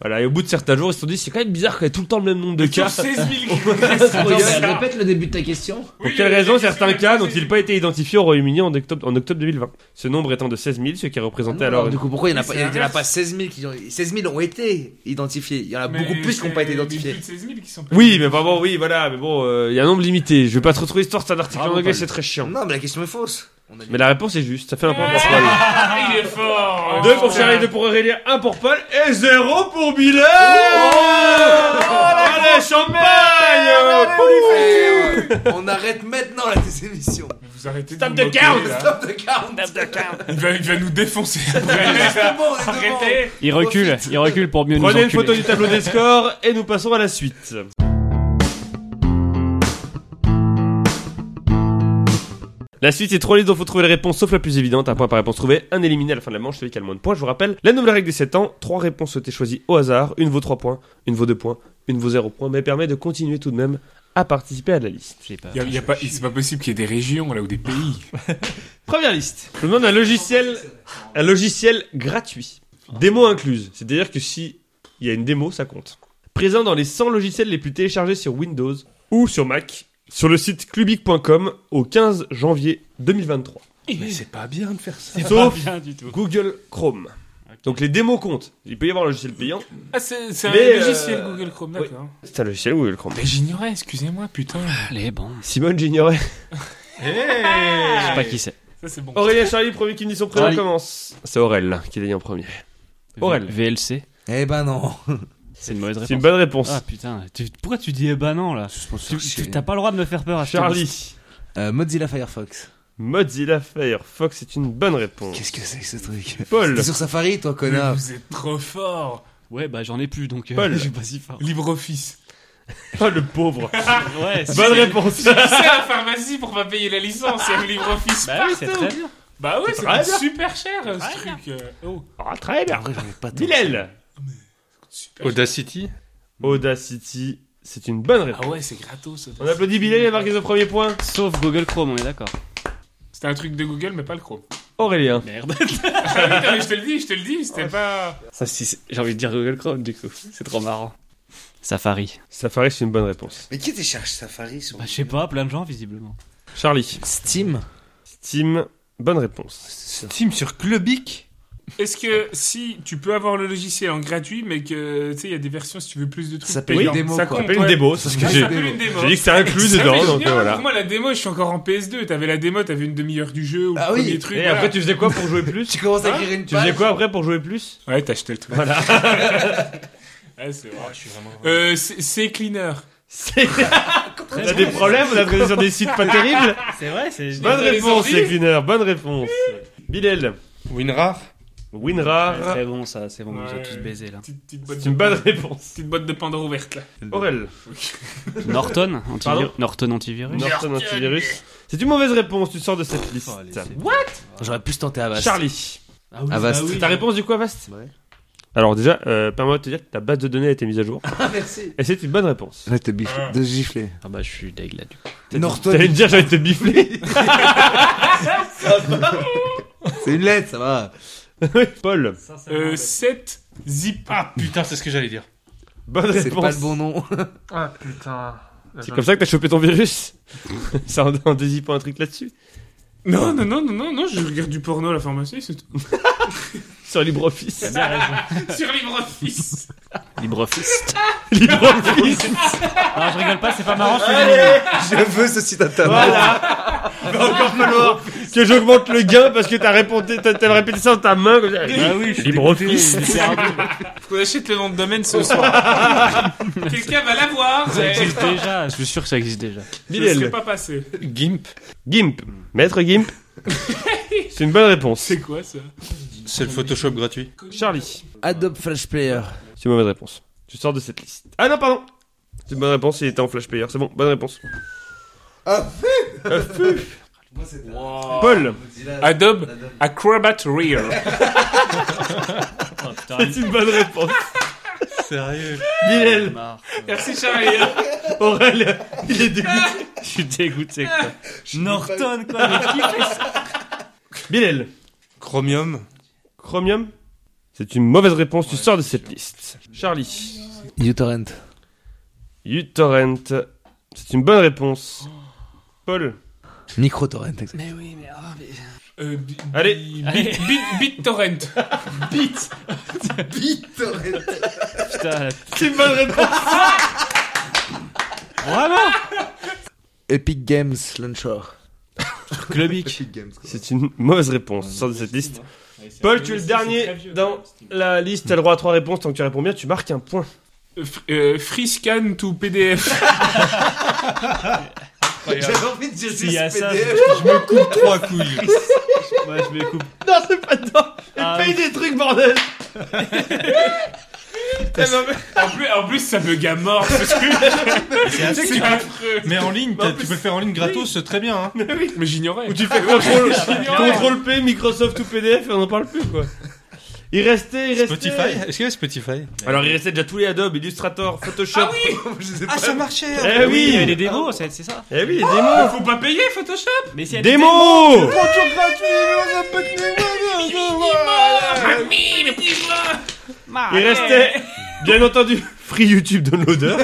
Speaker 1: Voilà, et au bout de certains jours, ils se sont dit c'est quand même bizarre qu'il y ait tout le temps le même nombre de
Speaker 2: Sur
Speaker 1: cas.
Speaker 2: 16 000
Speaker 6: répète le début de ta question.
Speaker 1: Pour quelle raison certains cas n'ont-ils pas été identifiés au Royaume-Uni en octobre, en octobre 2020 Ce nombre étant de 16 000, ce qui représentait
Speaker 6: Ah Non,
Speaker 1: alors.
Speaker 6: Du
Speaker 1: une-
Speaker 6: coup, pourquoi il y en a
Speaker 2: Mais
Speaker 6: pas,
Speaker 2: c'est
Speaker 6: il y en a
Speaker 2: l'inverse.
Speaker 6: pas 16 000 qui ont, 16 000 ont été identifiés. Il y en a Ah, beaucoup plus qui n'ont pas été identifiés.
Speaker 2: Plus de 16 000 qui sont pas
Speaker 1: Oui, mais bon, oui, voilà, mais bon, euh, il y a un nombre limité. Je vais pas trop trouver l'histoire, c'est un article
Speaker 3: Bravo,
Speaker 1: en anglais,
Speaker 3: Paul.
Speaker 1: c'est très chiant.
Speaker 6: Non, mais la question est fausse. On a dit-
Speaker 1: Mais la réponse est juste, ça fait un point pour Paul.
Speaker 2: Ah, il est fort
Speaker 1: Deux pour Charlie, deux pour Aurélien, un pour Paul et zéro pour Bilal Allez, Oh, champagne
Speaker 6: euh, On arrête maintenant la émission.
Speaker 2: Mais Vous arrêtez
Speaker 1: Stop
Speaker 2: de
Speaker 1: the
Speaker 2: nous moquer,
Speaker 1: count,
Speaker 2: là.
Speaker 6: Stop de count.
Speaker 2: Il va, il va nous défoncer après.
Speaker 6: Justement, on est devant.
Speaker 2: Arrêtez
Speaker 3: Il recule, il recule pour mieux
Speaker 1: Prenez
Speaker 3: nous
Speaker 1: une photo
Speaker 3: enculer.
Speaker 1: du tableau des scores et nous passons à la suite. La suite, c'est trois listes dont faut trouver les réponses, sauf la plus évidente. Un point par réponse trouvée, un éliminé à la fin de la manche, celui qui a le moins de points. Je vous rappelle, la nouvelle règle des 7 ans, trois réponses sautées choisies au hasard. Une vaut 3 points, une vaut 2 points, une vaut 0 points, mais permet de continuer tout de même à participer à la liste.
Speaker 3: J'ai pas.
Speaker 2: Y a- y a pas- C'est pas possible qu'il y ait des régions là ou des pays.
Speaker 1: Première liste. Je vous demande un logiciel, un logiciel gratuit. Démo incluse. C'est-à-dire que si il y a une démo, ça compte. Présent dans les 100 logiciels les plus téléchargés sur Windows ou sur Mac, sur le site clubic.com au 15 janvier 2023.
Speaker 5: Mais c'est pas bien de faire ça.
Speaker 1: Sauf
Speaker 3: Rien du tout.
Speaker 1: Google Chrome. Donc les démos comptent. Il peut y avoir un logiciel payant.
Speaker 2: Ah, c'est c'est
Speaker 1: Mais,
Speaker 2: un logiciel
Speaker 1: euh,
Speaker 2: Google Chrome,
Speaker 1: oui.
Speaker 2: d'accord.
Speaker 1: C'est un logiciel Google Chrome.
Speaker 2: Mais j'ignorais, excusez-moi, putain.
Speaker 3: Allez, bon.
Speaker 1: Simone j'ignorais.
Speaker 3: Je sais pas qui c'est.
Speaker 2: Ah, Ça, c'est bon.
Speaker 1: Aurélien Charlie, premier qui me dit son prénom
Speaker 3: Charlie.
Speaker 1: commence. C'est Aurel qui l'a dit en premier. Aurel.
Speaker 3: V- VLC.
Speaker 6: Eh ben non.
Speaker 3: C'est une mauvaise
Speaker 1: C'est une
Speaker 3: réponse.
Speaker 1: bonne réponse.
Speaker 3: Ah putain, tu- pourquoi tu dis eh ben non là Tu- tu- T'as pas le droit de me faire peur à ce
Speaker 1: Charlie.
Speaker 6: Euh, Mozilla Firefox.
Speaker 1: Mozilla Firefox est une bonne réponse.
Speaker 6: Qu'est-ce que c'est que ce truc
Speaker 1: Paul.
Speaker 6: T'es sur Safari, toi,
Speaker 2: Mais
Speaker 6: connard
Speaker 2: Vous êtes trop fort.
Speaker 3: Ouais, bah j'en ai plus donc euh,
Speaker 1: Paul.
Speaker 3: je suis pas si fort.
Speaker 2: LibreOffice.
Speaker 1: Oh le pauvre.
Speaker 3: Ouais, c'est
Speaker 1: bonne réponse.
Speaker 2: C'est la pharmacie pour pas payer la licence, il y a un LibreOffice
Speaker 3: bah oui, c'est
Speaker 2: partout.
Speaker 3: très bien.
Speaker 2: Bah ouais,
Speaker 1: C'est
Speaker 2: c'est
Speaker 1: très bien.
Speaker 2: super cher ce
Speaker 3: Très
Speaker 2: truc. euh, Oh,
Speaker 1: Ah, très bien.
Speaker 6: En vrai, j'en ai pas tant.
Speaker 1: Bilal.
Speaker 2: super cher.
Speaker 5: Audacity
Speaker 1: Audacity, c'est une bonne réponse.
Speaker 2: Ah ouais, c'est gratos.
Speaker 1: On applaudit Bilal, il a marqué son premier point.
Speaker 3: Sauf Google Chrome, on est d'accord.
Speaker 2: C'était un truc de Google, mais pas le Chrome.
Speaker 1: Aurélien.
Speaker 3: Merde.
Speaker 2: Ah oui, non, mais je te le dis, je te le dis, c'était pas.
Speaker 3: Ça, si, c'est- j'ai envie de dire Google Chrome du coup. C'est trop marrant. Safari.
Speaker 1: Safari, c'est une bonne réponse.
Speaker 6: Mais qui télécharge Safari sur
Speaker 3: Bah je sais pas, plein de gens visiblement.
Speaker 1: Charlie.
Speaker 6: Steam
Speaker 1: Steam, bonne réponse.
Speaker 5: Team sur Clubic
Speaker 2: Est-ce que si tu peux avoir le logiciel en gratuit, mais que tu sais, il y a des versions si tu veux plus de trucs
Speaker 6: Ça s'appelle
Speaker 2: payants,
Speaker 6: une démo,
Speaker 2: ça
Speaker 6: quoi.
Speaker 1: Ça
Speaker 2: compte,
Speaker 1: s'appelle une
Speaker 2: ouais.
Speaker 1: démo, c'est ce que
Speaker 2: Ah, ça
Speaker 1: j'ai.
Speaker 2: s'appelle une démo.
Speaker 1: J'ai dit que c'était inclus
Speaker 2: Ça,
Speaker 1: dedans,
Speaker 2: mais
Speaker 1: donc
Speaker 2: génial, Pour
Speaker 1: voilà.
Speaker 2: moi, la démo, je suis encore en PS2. T'avais la démo, t'avais une demi-heure du jeu ou
Speaker 6: Ah
Speaker 2: le
Speaker 6: oui.
Speaker 2: premier truc.
Speaker 1: Et
Speaker 2: voilà.
Speaker 1: après, tu faisais quoi pour jouer plus
Speaker 6: Tu commences à
Speaker 2: Hein
Speaker 6: écrire une
Speaker 1: Tu faisais
Speaker 6: page
Speaker 1: quoi après pour jouer plus
Speaker 2: Ouais, t'as acheté le truc.
Speaker 1: Voilà.
Speaker 2: Ouais, c'est vrai.
Speaker 1: Ah,
Speaker 2: Euh, c'est- c'est cleaner.
Speaker 1: C'est- On a des problèmes, on a trouvé sur des sites pas terribles.
Speaker 3: C'est vrai, c'est
Speaker 1: Bonne
Speaker 2: les
Speaker 1: réponse,
Speaker 2: ordi.
Speaker 1: c'est Cleaner, bonne réponse. Bilal.
Speaker 5: WinRAR
Speaker 1: Winrar,
Speaker 3: très bon ça, c'est bon, vous
Speaker 2: Ouais.
Speaker 3: avez tous baisé là.
Speaker 2: Petite, petite boîte
Speaker 1: c'est
Speaker 2: de-
Speaker 1: une bonne réponse.
Speaker 2: petite boîte de Pandore ouverte là.
Speaker 1: Aurel.
Speaker 3: Norton,
Speaker 1: Pardon
Speaker 3: antivirus. Norton antivirus.
Speaker 1: Norton antivirus. C'est une mauvaise réponse, tu sors de cette liste.
Speaker 6: J'aurais pu se tenter à Avast.
Speaker 1: Charlie.
Speaker 3: Ah oui,
Speaker 6: Avast.
Speaker 3: bah oui.
Speaker 1: Ta réponse du coup, Avast
Speaker 6: Ouais.
Speaker 1: Alors déjà, euh, permets-moi de te dire que ta base de données a été mise à jour.
Speaker 6: merci.
Speaker 1: Et c'est une bonne réponse.
Speaker 6: Là, te bifle, de gifler.
Speaker 3: Ah bah je suis deg là du coup.
Speaker 6: Norton,
Speaker 1: T'allais me dire j'allais te bifler
Speaker 6: c'est une lettre, ça va.
Speaker 1: Paul,
Speaker 2: Euh, 7 zip.
Speaker 5: Ah putain, c'est ce que j'allais dire.
Speaker 1: bonne
Speaker 6: C'est
Speaker 1: réponse.
Speaker 6: pas le bon nom.
Speaker 2: Ah putain.
Speaker 1: C'est comme ça que t'as chopé ton virus Ça en, en désigne pas un truc là-dessus
Speaker 2: Non, non, non, non, non, non, je regarde du porno à la pharmacie, c'est tout.
Speaker 1: Sur LibreOffice
Speaker 2: Sur LibreOffice.
Speaker 3: LibreOffice.
Speaker 1: LibreOffice
Speaker 3: Ah je rigole pas, c'est pas marrant.
Speaker 6: Je veux ce site internet.
Speaker 1: Voilà Il va encore falloir que j'augmente le gain parce que t'as répété, t'as, t'as répété ça dans ta main comme ça.
Speaker 3: oui,
Speaker 1: LibreOffice
Speaker 2: Faut qu'on achète le nom de domaine ce soir. Quelqu'un va l'avoir.
Speaker 3: Ça
Speaker 2: mais-
Speaker 3: existe déjà, je suis sûr que ça existe déjà.
Speaker 2: Je ne serais
Speaker 1: Bilal.
Speaker 2: pas passé.
Speaker 5: Gimp
Speaker 1: Gimp. Maître Gimp C'est une bonne réponse.
Speaker 2: C'est quoi ça
Speaker 5: C'est le Photoshop gratuit.
Speaker 1: Charlie.
Speaker 6: Adobe Flash Player.
Speaker 1: C'est une mauvaise réponse. Tu sors de cette liste. Ah non, pardon C'est une bonne réponse, il était en flash player. C'est bon, bonne réponse. Paul
Speaker 2: Adobe Acrobat Rear.
Speaker 1: C'est une bonne réponse.
Speaker 5: Sérieux
Speaker 1: Bilal
Speaker 2: Merci Charlie.
Speaker 1: Aurel Il est dégoûté.
Speaker 3: Je suis dégoûté quoi. Norton quoi, mais qui fait ça
Speaker 1: Bilal
Speaker 5: Chromium
Speaker 1: Chromium C'est une mauvaise réponse, tu sors de cette liste. Charlie
Speaker 6: uTorrent.
Speaker 1: uTorrent. C'est une bonne réponse. Paul.
Speaker 6: MicroTorrent, exactement.
Speaker 3: Mais oui, mais ah mais
Speaker 2: Euh, bi-
Speaker 1: Allez.
Speaker 2: bi- bi- BitTorrent.
Speaker 3: bite
Speaker 6: BitTorrent.
Speaker 3: Putain,
Speaker 1: C'est une bonne réponse.
Speaker 3: vraiment
Speaker 6: Epic Games Launcher.
Speaker 3: Clubic.
Speaker 6: Games, quoi.
Speaker 1: C'est une mauvaise réponse. Tu sors de cette liste. Paul, tu es le dernier dans la liste. T'as le droit à trois réponses. Tant que tu réponds bien, tu marques un point.
Speaker 2: Euh, fr- euh, free scan to PDF.
Speaker 6: J'avais envie de dire
Speaker 3: S'il y a
Speaker 6: juste
Speaker 3: ça,
Speaker 6: PDF.
Speaker 5: Je me coupe trois couilles.
Speaker 3: Ouais, je me coupe.
Speaker 1: Non, c'est pas dedans.
Speaker 3: Ah,
Speaker 1: Paye des trucs, bordel.
Speaker 2: Ah, En plus, en plus, ça bug à mort ce truc.
Speaker 7: C'est assez
Speaker 2: C'est
Speaker 7: simple.
Speaker 2: affreux.
Speaker 7: Mais en ligne, t'as- tu peux le faire en ligne gratos, très bien. hein.
Speaker 2: Mais j'ignorais.
Speaker 1: Où tu fais contrôle, contrôle P, Microsoft ou PDF et on n'en parle plus quoi. Il restait, il restait.
Speaker 7: Spotify Est-ce qu'il y a Spotify
Speaker 1: Alors il restait déjà tous les Adobe, Illustrator, Photoshop.
Speaker 7: Ah, ça marchait
Speaker 6: hein.
Speaker 1: Eh
Speaker 8: Oui, il y avait des
Speaker 1: oui,
Speaker 8: démos, c'est c'est ça.
Speaker 1: eh oui,
Speaker 2: Faut pas payer Photoshop.
Speaker 8: Mais
Speaker 1: des
Speaker 8: c'est
Speaker 1: démos.
Speaker 2: Mamie, mais puis-moi.
Speaker 1: Il restait, bien entendu, Free YouTube Downloader.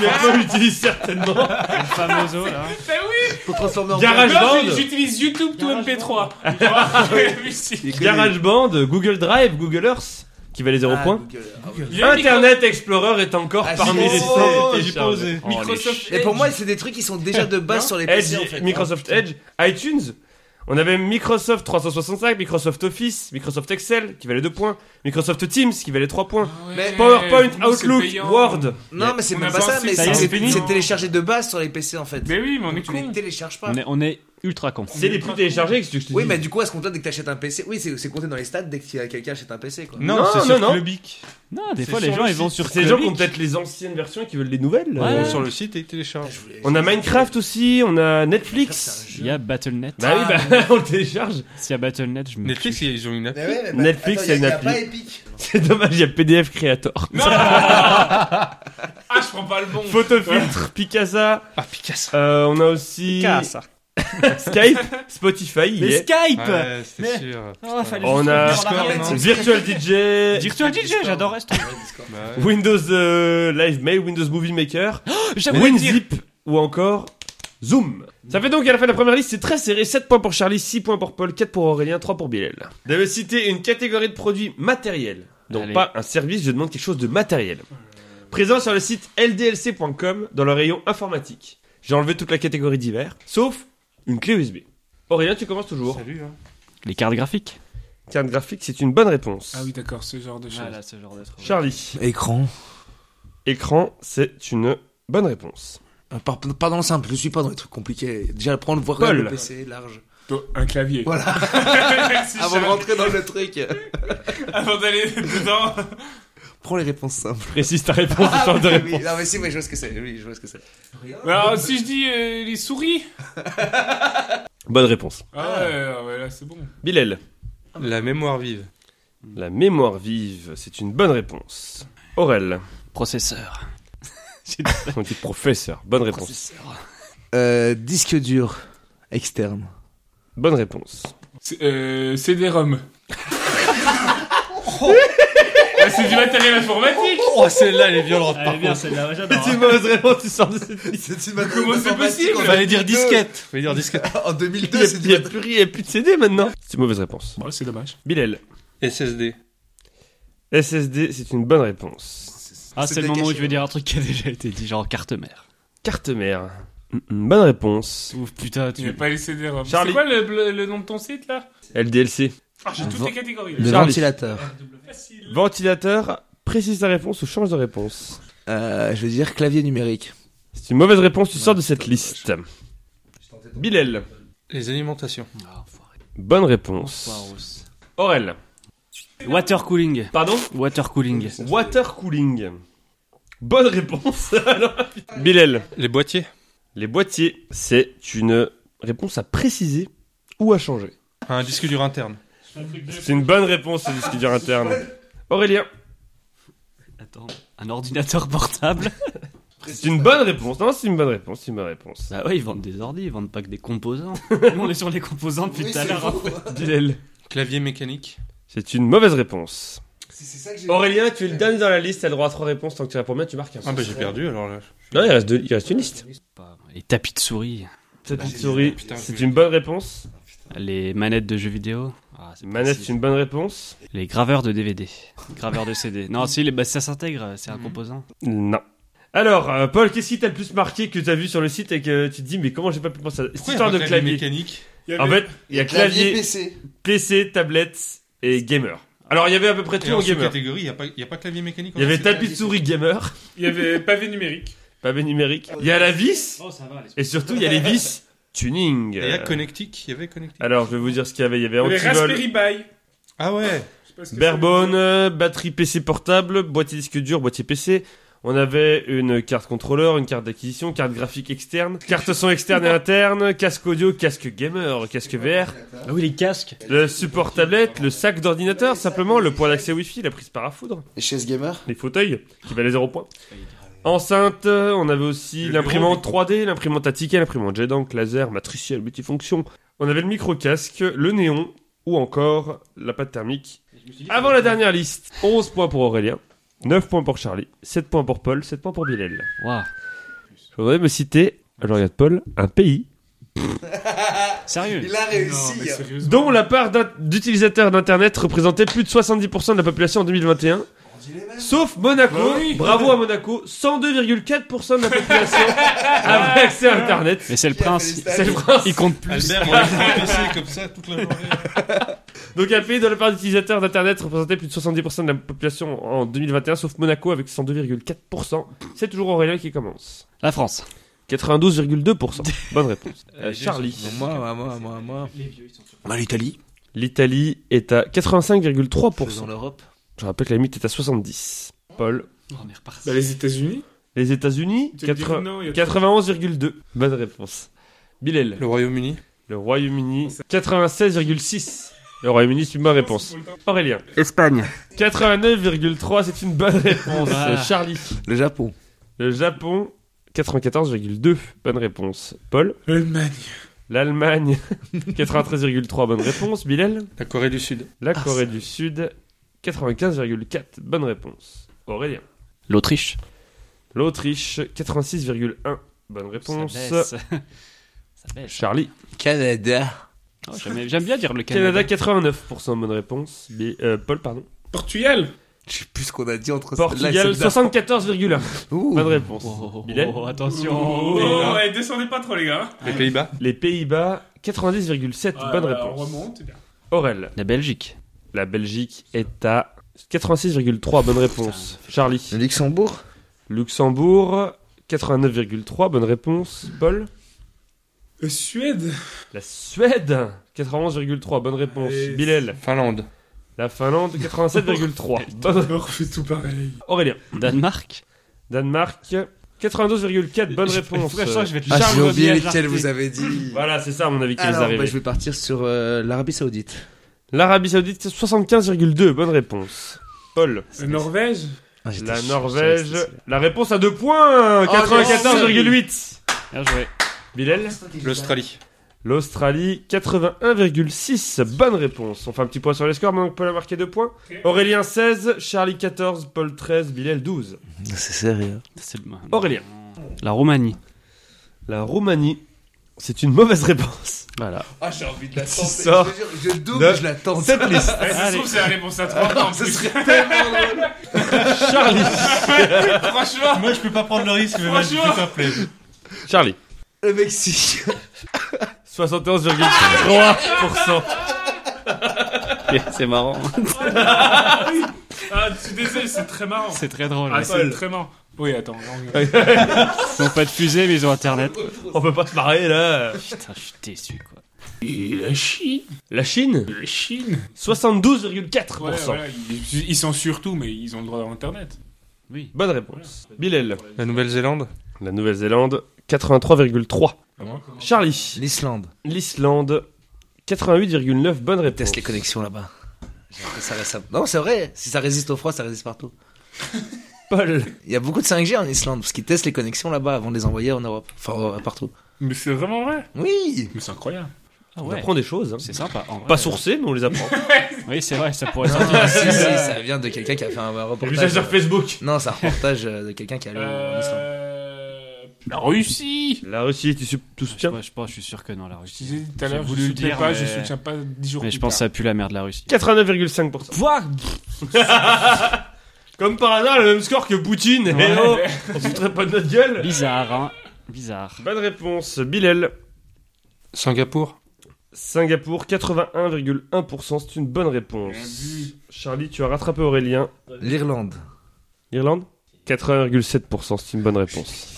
Speaker 1: Quelqu'un l'utilise certainement.
Speaker 8: le fameux os, là.
Speaker 2: Bah oui.
Speaker 6: Pour transformer en
Speaker 1: Garage-
Speaker 2: Non,
Speaker 1: GarageBand.
Speaker 2: J'utilise YouTube tout MP3. Genre, la musique.
Speaker 6: Il connaît.
Speaker 1: GarageBand, Google Drive, Google Earth, qui valait 0
Speaker 6: Ah,
Speaker 1: points.
Speaker 6: Google. Ah, oui.
Speaker 2: Il y a
Speaker 1: Internet Explorer est encore
Speaker 6: Ah,
Speaker 1: parmi
Speaker 6: si,
Speaker 1: les
Speaker 6: si,
Speaker 1: sites
Speaker 7: J'ai pas
Speaker 1: téléchargés.
Speaker 7: osé.
Speaker 2: Oh, Microsoft.
Speaker 6: Et pour moi, c'est des trucs qui sont déjà de base sur les
Speaker 1: Edge,
Speaker 6: PC en fait.
Speaker 1: Eh,
Speaker 6: hein,
Speaker 1: Microsoft Edge, iTunes. On avait Microsoft 365, Microsoft Office, Microsoft Excel qui valait 2 points, Microsoft Teams qui valait 3 points,
Speaker 2: Ouais,
Speaker 1: PowerPoint,
Speaker 2: c'est
Speaker 1: Outlook,
Speaker 2: payant.
Speaker 1: Word.
Speaker 6: Non, mais c'est
Speaker 2: On
Speaker 6: même
Speaker 2: a
Speaker 6: pas
Speaker 2: pas
Speaker 6: ça,
Speaker 2: assez,
Speaker 6: mais
Speaker 8: ça y
Speaker 6: c'est
Speaker 8: est,
Speaker 6: c'est-
Speaker 8: c'est fini.
Speaker 6: c'est téléchargé de base sur les PC en fait.
Speaker 2: Mais oui, mais on est
Speaker 6: Donc, tu les
Speaker 2: con.
Speaker 6: télécharges pas.
Speaker 3: On est, on est ultra con.
Speaker 1: C'est les plus téléchargés que je te dis.
Speaker 6: Oui, mais du coup, est-ce qu'on compte dès que t'achètes un PC Oui, c'est c'est compté dans les stats dès que quelqu'un achète un PC quoi.
Speaker 7: Non,
Speaker 1: Non,
Speaker 7: c'est
Speaker 1: non,
Speaker 7: sur
Speaker 1: non.
Speaker 7: Clubic.
Speaker 3: Non, des
Speaker 7: C'est
Speaker 3: fois les
Speaker 7: sur
Speaker 3: gens
Speaker 7: le
Speaker 3: ils vont
Speaker 7: site.
Speaker 3: sur
Speaker 1: c'est les gens qui ont
Speaker 3: Clubic.
Speaker 1: peut-être les anciennes versions et qui veulent les nouvelles.
Speaker 3: Ouais.
Speaker 1: euh,
Speaker 7: Sur le site et télécharge.
Speaker 1: On a Minecraft aussi, on a Netflix.
Speaker 3: Il y a Battle.net.
Speaker 1: Bah oui,
Speaker 2: Ah,
Speaker 1: bah on le télécharge.
Speaker 3: S'il y a Battle.net, je me.
Speaker 5: Netflix, ils ont une app.
Speaker 6: bah,
Speaker 1: Netflix, il y a une appli. C'est dommage, il y a PDF Creator.
Speaker 2: Non Ah, je prends pas le bon.
Speaker 1: Photofiltre, Picasa.
Speaker 7: Ah, Picasso.
Speaker 1: euh, on a aussi
Speaker 8: Casse.
Speaker 3: hein.
Speaker 1: Skype, Spotify, il y
Speaker 8: Mais
Speaker 1: est.
Speaker 8: Skype
Speaker 5: Ouais, c'était
Speaker 8: Mais-
Speaker 5: sûr.
Speaker 8: Oh, fallait
Speaker 1: On
Speaker 8: juste
Speaker 1: a-
Speaker 8: revenir en
Speaker 7: Discord,
Speaker 8: arrière.
Speaker 7: non
Speaker 1: Virtual DJ,
Speaker 8: Virtual DJ, j'adorais ce truc.
Speaker 5: Bah, ouais.
Speaker 1: Windows euh, Live Mail, Windows Movie Maker,
Speaker 8: J'avoue dire.
Speaker 1: WinZip ou encore Zoom. Ça fait donc à la fin de la première liste, c'est très serré, 7 points pour Charlie, 6 points pour Paul, 4 pour Aurélien, 3 pour Bilal. D'avez cité une catégorie de produits matériels, donc
Speaker 3: Allez.
Speaker 1: pas un service, je demande quelque chose de matériel. Présent sur le site ldlc.com dans le rayon informatique. J'ai enlevé toute la catégorie divers, sauf une clé USB. Aurélien, tu commences toujours.
Speaker 5: Salut. hein.
Speaker 3: Les cartes graphiques.
Speaker 1: Carte graphique, c'est une bonne réponse.
Speaker 2: Ah oui, d'accord, ce genre de choses.
Speaker 3: ce genre de truc.
Speaker 1: Charlie.
Speaker 6: Écran.
Speaker 1: Écran, c'est une bonne réponse.
Speaker 6: Euh, par- Pardon, simple, je suis pas dans les trucs compliqués. Déjà, prendre, voir
Speaker 1: Paul.
Speaker 6: le PC large.
Speaker 2: Toi, Oh, Un clavier.
Speaker 6: Voilà,
Speaker 2: Merci,
Speaker 6: Ah, avant de
Speaker 2: Charles.
Speaker 6: rentrer dans le truc.
Speaker 2: Avant d'aller dedans.
Speaker 6: Prends les réponses simples.
Speaker 1: Précise ta réponse, ce genre de
Speaker 6: Ah, Oui,
Speaker 1: réponse.
Speaker 6: oui, Non, mais si, mais je vois ce que c'est. Oui, je vois ce que c'est.
Speaker 2: Mais Alors, si je dis euh, les souris.
Speaker 1: Bonne réponse.
Speaker 2: Ah ouais, ah ouais, là c'est bon.
Speaker 1: Bilal.
Speaker 5: La mémoire vive.
Speaker 1: La mémoire vive, c'est une bonne réponse. Aurel.
Speaker 3: Processeur.
Speaker 1: On dit professeur. Bonne réponse.
Speaker 3: Processeur.
Speaker 6: Euh, disque dur externe.
Speaker 1: Bonne réponse.
Speaker 6: Ah.
Speaker 2: C'est euh, CD-ROM. Ah, c'est du matériel informatique.
Speaker 7: Oh, celle-là, elle est violente par
Speaker 8: Elle est bien
Speaker 7: contre.
Speaker 8: celle-là, j'adore.
Speaker 3: hein.
Speaker 1: une mauvaise réponse, tu sors de cette
Speaker 6: C'est une
Speaker 2: Comment c'est possible
Speaker 7: Fallait dire disquette. Fallait dire disquette.
Speaker 6: En
Speaker 1: Il
Speaker 6: 2002, c'est
Speaker 1: n'y a,
Speaker 6: du
Speaker 1: plus rien, il y a plus de CD maintenant. C'est une mauvaise réponse.
Speaker 2: Bon, Oh, c'est dommage.
Speaker 1: Bilal.
Speaker 5: SSD.
Speaker 1: SSD, c'est une bonne réponse.
Speaker 3: Ah, c'est
Speaker 6: C'était
Speaker 3: le moment où
Speaker 6: caché.
Speaker 3: je vais dire un truc qui a déjà été dit, genre carte mère.
Speaker 1: Carte mère. Mm, mm, Bonne réponse.
Speaker 3: Ouf, putain,
Speaker 2: Tu n'as
Speaker 3: tu.
Speaker 2: pas les CD-ROM. C'est
Speaker 1: Charlie.
Speaker 2: quoi le, le- le nom de ton site là
Speaker 1: LDLC.
Speaker 2: Ah, j'ai toutes
Speaker 6: Avant-
Speaker 2: les catégories.
Speaker 6: Le
Speaker 2: là.
Speaker 1: Charlie.
Speaker 6: ventilateur.
Speaker 2: Facile.
Speaker 1: Ventilateur, précise ta réponse ou change de réponse.
Speaker 6: Euh, je veux dire clavier numérique.
Speaker 1: C'est une mauvaise réponse, tu sors de cette liste. Bilal.
Speaker 5: Les alimentations.
Speaker 3: Ah,
Speaker 1: Bonne réponse. Aurel.
Speaker 3: Water cooling.
Speaker 1: Pardon
Speaker 3: Water cooling.
Speaker 1: Water cooling. Bonne réponse. Alors, Bilal,
Speaker 5: Les boîtiers.
Speaker 1: les boîtiers, c'est une réponse à préciser ou à changer.
Speaker 5: Un disque dur interne.
Speaker 1: C'est une bonne réponse, ce disque dur interne. Aurélien,
Speaker 3: Attends, un ordinateur portable
Speaker 1: c'est une bonne réponse. Non, c'est une bonne réponse, c'est une bonne réponse.
Speaker 3: Bah ouais, ils vendent des ordi, ils vendent pas que des composants. Nous, on est sur les composants depuis tout à l'heure.
Speaker 1: Bilal,
Speaker 5: Clavier mécanique.
Speaker 1: c'est une mauvaise réponse.
Speaker 6: C'est ça que j'ai.
Speaker 1: Aurélien, tu es le dernier dans la liste, t'as le droit à trois réponses. Tant que tu réponds bien, tu marques un
Speaker 5: Ah
Speaker 1: point.
Speaker 5: bah j'ai perdu alors là.
Speaker 1: Non, il reste, deux- il reste une liste.
Speaker 3: Les tapis de souris,
Speaker 1: Cette petite souris,
Speaker 5: Bah, Putain,
Speaker 1: c'est
Speaker 5: je-
Speaker 1: une bonne réponse.
Speaker 3: les manettes de jeux vidéo, Ah, c'est
Speaker 1: Manette,
Speaker 3: précis.
Speaker 1: c'est une bonne réponse.
Speaker 3: les graveurs de DVD, graveurs de CD. Non, si, les, bah, ça s'intègre, c'est un composant.
Speaker 1: Non. Alors, euh, Paul, qu'est-ce qui t'a le plus marqué que t'as vu sur le site et que tu te dis, mais comment j'ai pas pu penser à ça Cette
Speaker 5: Pourquoi
Speaker 1: histoire
Speaker 5: il y
Speaker 1: de
Speaker 5: a un clavier
Speaker 1: clavier.
Speaker 5: mécanique.
Speaker 1: En fait, il y a clavier,
Speaker 6: PC.
Speaker 1: PC, tablette et gamer. Alors, il y avait à peu près tout
Speaker 5: Et
Speaker 1: en
Speaker 5: en sous
Speaker 1: gamer.
Speaker 5: catégorie, il n'y a, pas- il y a pas clavier mécanique. en
Speaker 1: Il y avait
Speaker 5: fait.
Speaker 1: tapis de souris gamer,
Speaker 2: Il y avait pavé numérique.
Speaker 1: pavé numérique. Il y a la vis
Speaker 3: Oh, ça va, les
Speaker 1: et surtout, il y a les vis tuning.
Speaker 5: Et il y a
Speaker 1: Euh,
Speaker 5: connectique. Il y avait connectique.
Speaker 1: Alors, je vais vous dire ce qu'il y avait. Il y avait
Speaker 2: Il y avait
Speaker 1: antivol.
Speaker 2: Raspberry Pi.
Speaker 5: Ah ouais.
Speaker 2: pas ce que c'est.
Speaker 1: Barebone, euh, batterie PC portable, boîtier disque dur, boîtier PC. On avait une carte contrôleur, une carte d'acquisition, carte graphique externe, carte son externe et interne, casque audio, casque gamer, casque VR,
Speaker 9: Ah oui, les casques.
Speaker 1: le support tablette, le sac d'ordinateur simplement, le point d'accès Wi-Fi, la prise par à foudre,
Speaker 6: Les chaises gamer
Speaker 1: les fauteuils qui valaient 0 points. Enceinte, euh, on avait aussi l'imprimante 3D, l'imprimante à ticket, l'imprimante jet d'encre, laser, matriciel, multifonction. On avait le micro-casque, le néon ou encore la pâte thermique avant la dernière liste, 11 points pour Aurélien, 9 points pour Charlie, 7 points pour Paul, 7 points pour Bilal.
Speaker 3: Waouh.
Speaker 1: Je voudrais me citer, je regarde Paul, un pays
Speaker 3: Sérieux
Speaker 6: Il a
Speaker 2: Non, mais
Speaker 6: réussi.
Speaker 2: sérieusement.
Speaker 1: dont la part d'in- d'utilisateurs d'Internet représentait plus de 70% de la population en 2021. Sauf Monaco,
Speaker 2: Bah oui.
Speaker 1: bravo à Monaco, 102,4% de la population avait accès à Internet.
Speaker 3: Mais c'est le
Speaker 6: Qui a fait
Speaker 3: prince.
Speaker 6: les
Speaker 3: il-
Speaker 6: stats
Speaker 1: C'est le prince.
Speaker 3: Il compte plus.
Speaker 7: Albert, il a fait un PC comme ça toute la journée.
Speaker 1: Donc un pays dont la part d'utilisateurs d'Internet représentait plus de 70% de la population en 2021, sauf Monaco avec 102,4%. C'est toujours Aurélien qui commence.
Speaker 3: La France.
Speaker 1: 92,2%. Bonne réponse. Euh, Charlie.
Speaker 4: Moi, à moi, à moi, à moi. Bah, l'Italie.
Speaker 1: L'Italie est à 85,3%.
Speaker 6: Faisons l'Europe.
Speaker 1: Je rappelle que la limite est à 70. Paul.
Speaker 3: Oh, on est reparti.
Speaker 2: Bah, les États-Unis
Speaker 1: Les États-Unis,
Speaker 2: Tu me dis
Speaker 1: 80
Speaker 2: non, il y a-
Speaker 1: 91,2. Bonne réponse. Bilal.
Speaker 5: Le Royaume-Uni.
Speaker 1: Le Royaume-Uni, 96,6. Le Royaume-Uni, c'est une bonne réponse. Aurélien.
Speaker 9: Espagne.
Speaker 1: 89,3, c'est une bonne réponse.
Speaker 3: Ah.
Speaker 1: Euh, Charlie.
Speaker 4: Le Japon.
Speaker 1: Le Japon, 94,2. Bonne réponse. Paul.
Speaker 2: L'Allemagne.
Speaker 1: L'Allemagne, 93,3. Bonne réponse. Bilal.
Speaker 5: La Corée du Sud.
Speaker 1: La
Speaker 3: Ah,
Speaker 1: Corée du Sud, 95,4. Bonne réponse. Aurélien.
Speaker 3: L'Autriche.
Speaker 1: L'Autriche, 86,1. Bonne réponse.
Speaker 3: Ça baisse. Ça baisse.
Speaker 1: Charlie.
Speaker 4: Canada.
Speaker 3: Oh, J'aime j'aime bien dire le
Speaker 1: Canada,
Speaker 3: Canada.
Speaker 1: 89%. Bonne réponse. Bi- euh, Paul, pardon.
Speaker 2: Portugal.
Speaker 4: Je sais plus ce qu'on a dit entre
Speaker 1: Portugal, 74,1.
Speaker 4: Ouh.
Speaker 1: Bonne réponse.
Speaker 3: Oh,
Speaker 1: Bilal.
Speaker 3: oh,
Speaker 2: Oh,
Speaker 3: attention.
Speaker 2: ouais, descendez pas trop, les gars.
Speaker 5: Les Pays-Bas.
Speaker 1: Les Pays-Bas, 90,7.
Speaker 2: Ah,
Speaker 1: Bonne
Speaker 2: bah,
Speaker 1: réponse.
Speaker 2: On remonte.
Speaker 1: Aurel.
Speaker 3: La Belgique.
Speaker 1: La Belgique est à 86,3. Bonne réponse. Charlie.
Speaker 6: Le Luxembourg
Speaker 1: Luxembourg, 89,3. Bonne réponse. Paul.
Speaker 2: Euh, Suède.
Speaker 1: La Suède, 91,3. Bonne réponse.
Speaker 2: Allez.
Speaker 1: Bilal.
Speaker 5: Finlande.
Speaker 1: La Finlande, 87,3. Bonne-
Speaker 2: On refait tout pareil.
Speaker 1: Aurélien.
Speaker 3: Danemark.
Speaker 1: Danemark, 92,4. Bonne réponse.
Speaker 8: Pourquoi je sens que je vais être
Speaker 6: euh,
Speaker 4: Ah,
Speaker 8: Charles
Speaker 4: j'ai oublié
Speaker 8: Babiage
Speaker 4: lesquels
Speaker 8: Larté.
Speaker 4: vous avez dit.
Speaker 1: Voilà, c'est ça, à mon avis, qui les
Speaker 6: Ah, Alors,
Speaker 1: arrivait.
Speaker 6: bah, je vais partir sur euh, l'Arabie Saoudite.
Speaker 1: L'Arabie Saoudite, 75,2. Bonne réponse. Paul.
Speaker 2: La Euh, Norvège.
Speaker 1: La Norvège. La réponse à deux points. 94,8.
Speaker 3: Bien joué.
Speaker 1: Bilal.
Speaker 5: L'Australie.
Speaker 1: L'Australie, 81,6. Bonne réponse. On fait un petit point sur les scores, maintenant que Paul a marqué deux points. Aurélien, 16. Charlie, 14. Paul, 13. Bilal, 12.
Speaker 4: C'est sérieux.
Speaker 3: C'est le-
Speaker 1: Aurélien.
Speaker 3: La Roumanie.
Speaker 1: La Roumanie, c'est une mauvaise réponse. Voilà.
Speaker 6: Ah, j'ai envie de la
Speaker 1: Qui sort
Speaker 6: Je, te jure, je double,
Speaker 1: de-
Speaker 6: je la tente.
Speaker 1: Cette liste.
Speaker 2: Ouais, ça se trouve, c'est la réponse à trois. en
Speaker 6: Ce
Speaker 2: plus.
Speaker 6: serait tellement drôle.
Speaker 2: Franchement.
Speaker 7: Moi, je peux pas prendre le risque, mais moi, je peux pas plaire.
Speaker 1: Charlie.
Speaker 6: Le Mexique.
Speaker 1: 71,3%.
Speaker 3: C'est marrant.
Speaker 2: Ah, je suis désolé, c'est très marrant.
Speaker 3: C'est très drôle.
Speaker 2: Ah,
Speaker 3: ouais.
Speaker 2: c'est très marrant. Oui, attends. on-
Speaker 3: Ils n'ont pas de fusée, mais ils ont internet.
Speaker 1: On peut pas se marrer là.
Speaker 3: Putain, je suis déçu, quoi.
Speaker 2: La Chine.
Speaker 1: La Chine,
Speaker 2: La Chine.
Speaker 1: 72,4%.
Speaker 2: Ouais, voilà, ils, ils sont sur tout, mais ils ont le droit à Internet.
Speaker 1: Bonne réponse. Bilal.
Speaker 5: La Nouvelle-Zélande.
Speaker 1: La Nouvelle-Zélande, 83,3%. Charlie.
Speaker 6: L'Islande.
Speaker 1: L'Islande, 88,9%. Bonne réponse.
Speaker 6: Teste les connexions là-bas. J'ai appris ça récemment. Non, c'est vrai. Si ça résiste au froid, ça résiste partout.
Speaker 1: Paul.
Speaker 6: Il y a beaucoup de 5G en Islande parce qu'ils testent les connexions là-bas avant de les envoyer en Europe. Enfin, euh, partout.
Speaker 2: Mais c'est vraiment vrai.
Speaker 6: Oui.
Speaker 2: Mais c'est incroyable.
Speaker 3: Ah
Speaker 1: On
Speaker 3: ouais.
Speaker 1: apprend des choses. hein.
Speaker 3: C'est sympa. en vrai.
Speaker 1: Pas sourcé, mais on les apprend.
Speaker 3: Oui, c'est vrai, ça pourrait
Speaker 6: Non,
Speaker 3: sortir.
Speaker 6: Ah,
Speaker 4: Ah.
Speaker 6: si, si, ça vient de quelqu'un qui a fait un reportage.
Speaker 1: Facebook.
Speaker 6: Non, c'est un reportage euh, de quelqu'un qui a lu en Islande.
Speaker 2: Euh... La Russie.
Speaker 1: La Russie, tu, sup- tu soutiens
Speaker 3: Ouais, je pense, je suis sûr que non, la Russie.
Speaker 2: J'ai dit tout à l'heure,
Speaker 3: J'ai
Speaker 2: je
Speaker 3: voulu le
Speaker 2: soutiens
Speaker 3: dire,
Speaker 2: pas,
Speaker 3: mais-
Speaker 2: je soutiens pas 10 jours
Speaker 3: Mais
Speaker 2: plus
Speaker 3: je pense que
Speaker 2: tard.
Speaker 3: ça pue la merde, la Russie.
Speaker 1: 89,5%. Comme par hasard, le même score que Poutine. Eh
Speaker 3: Ouais.
Speaker 1: oh, on se foutrait pas de notre gueule.
Speaker 3: Bizarre, hein. Bizarre.
Speaker 1: Bonne réponse, Bilal.
Speaker 5: Singapour.
Speaker 1: Singapour, 81,1%, c'est une bonne réponse. Charlie, tu as rattrapé Aurélien.
Speaker 6: L'Irlande.
Speaker 1: Irlande 81,7%, c'est une bonne réponse.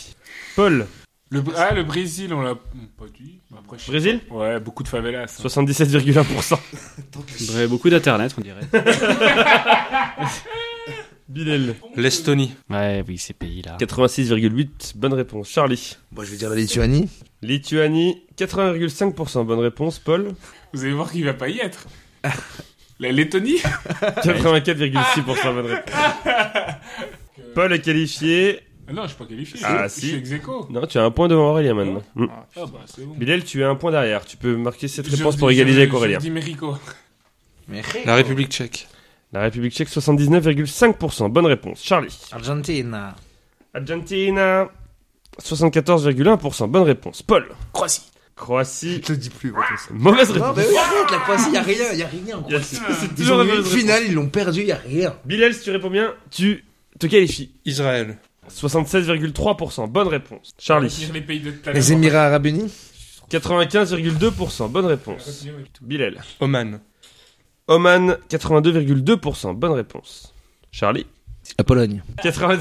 Speaker 1: Paul,
Speaker 2: Le... Br- Ah, le Brésil, on l'a on l'a pas dit. Après, je sais
Speaker 1: Brésil
Speaker 2: pas. Ouais, beaucoup de favelas. hein.
Speaker 1: 77,1%.
Speaker 6: Tant pis.
Speaker 3: Bref, beaucoup d'internet, on dirait.
Speaker 1: Bilel.
Speaker 5: L'Estonie.
Speaker 3: Ouais, oui, ces pays-là.
Speaker 1: 86,8, bonne réponse. Charlie.
Speaker 6: Moi, je vais dire la Lituanie.
Speaker 1: Lituanie, 80,5%, bonne réponse. Paul,
Speaker 2: Vous allez voir qu'il va pas y être. La Lettonie
Speaker 1: 84,6%, bonne réponse. Paul est qualifié.
Speaker 2: Ah Non, je suis pas qualifié.
Speaker 1: Ah,
Speaker 2: je,
Speaker 1: si.
Speaker 2: je suis ex aequo.
Speaker 1: Non, tu as un point devant Aurélien maintenant. Mm.
Speaker 2: Ah bah c'est bon.
Speaker 1: Bilel, tu as un point derrière. Tu peux marquer cette
Speaker 2: Je
Speaker 1: réponse
Speaker 2: dis-
Speaker 1: pour égaliser
Speaker 2: je-
Speaker 1: avec
Speaker 2: Je
Speaker 1: Aurélien.
Speaker 2: dis Mérico.
Speaker 5: La République tchèque.
Speaker 1: La République tchèque, 79,5%, bonne réponse. Charlie.
Speaker 6: Argentine.
Speaker 1: Argentina, 74,1%, bonne réponse. Paul. Croatie. Croatie,
Speaker 6: Je te dis plus.
Speaker 1: mauvaise
Speaker 6: Non,
Speaker 4: bah
Speaker 1: réponse.
Speaker 6: mais oui, arrête, la Croatie, y a rien, y a rien.
Speaker 1: Il y a- C'est
Speaker 6: Ah, Ils
Speaker 1: toujours
Speaker 6: ont
Speaker 1: la
Speaker 6: eu une
Speaker 1: mauvaise réponse.
Speaker 6: finale, ils l'ont perdu, y a rien.
Speaker 1: Bilal, si tu réponds bien, tu te qualifies.
Speaker 5: Israël.
Speaker 1: 76,3%. Bonne réponse. Charlie.
Speaker 2: Dire les pays de tout à l'heure.
Speaker 6: Les Émirats Arabes Unis.
Speaker 1: 95,2%. Bonne réponse.
Speaker 2: Continuez.
Speaker 1: Bilal.
Speaker 5: Oman.
Speaker 1: Oman, 82,2%. Bonne réponse. Charlie.
Speaker 6: La Pologne.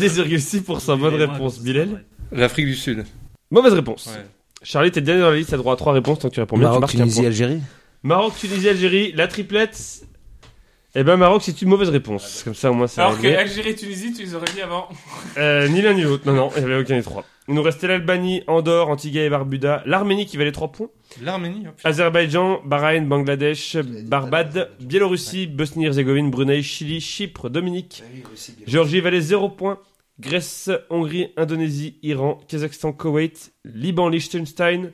Speaker 1: 90,6%. Bonne réponse. Bilal.
Speaker 5: L'Afrique du Sud.
Speaker 1: Mauvaise réponse.
Speaker 5: Ouais.
Speaker 1: Charlie, t'es le dernier dans la liste, t'as droit à 3 réponses tant que tu réponds bien.
Speaker 6: Maroc,
Speaker 1: tu marques un
Speaker 6: Tunisie,
Speaker 1: point.
Speaker 6: Algérie.
Speaker 1: Maroc, Tunisie, Algérie, la triplette. Eh ben Maroc, c'est une mauvaise réponse. Comme ça, au moins, c'est
Speaker 2: Alors que
Speaker 1: réglé.
Speaker 2: Algérie et Tunisie, tu les aurais dit avant.
Speaker 1: Euh, ni l'un ni l'autre, non, non, il n'y avait aucun des trois. Il nous restait l'Albanie, Andorre, Antigua et Barbuda, l'Arménie qui valait 3 points,
Speaker 5: L'Arménie. oh, putain.
Speaker 1: Azerbaïdjan, Bahreïn, Bangladesh, Barbade, Biélorussie, Bosnie-Herzégovine, Brunei, Chili, Chypre,
Speaker 6: Bah
Speaker 1: Dominique, Géorgie valait 0 points, Grèce, Hongrie, Indonésie, Iran, Kazakhstan, Koweït, Liban, Liechtenstein,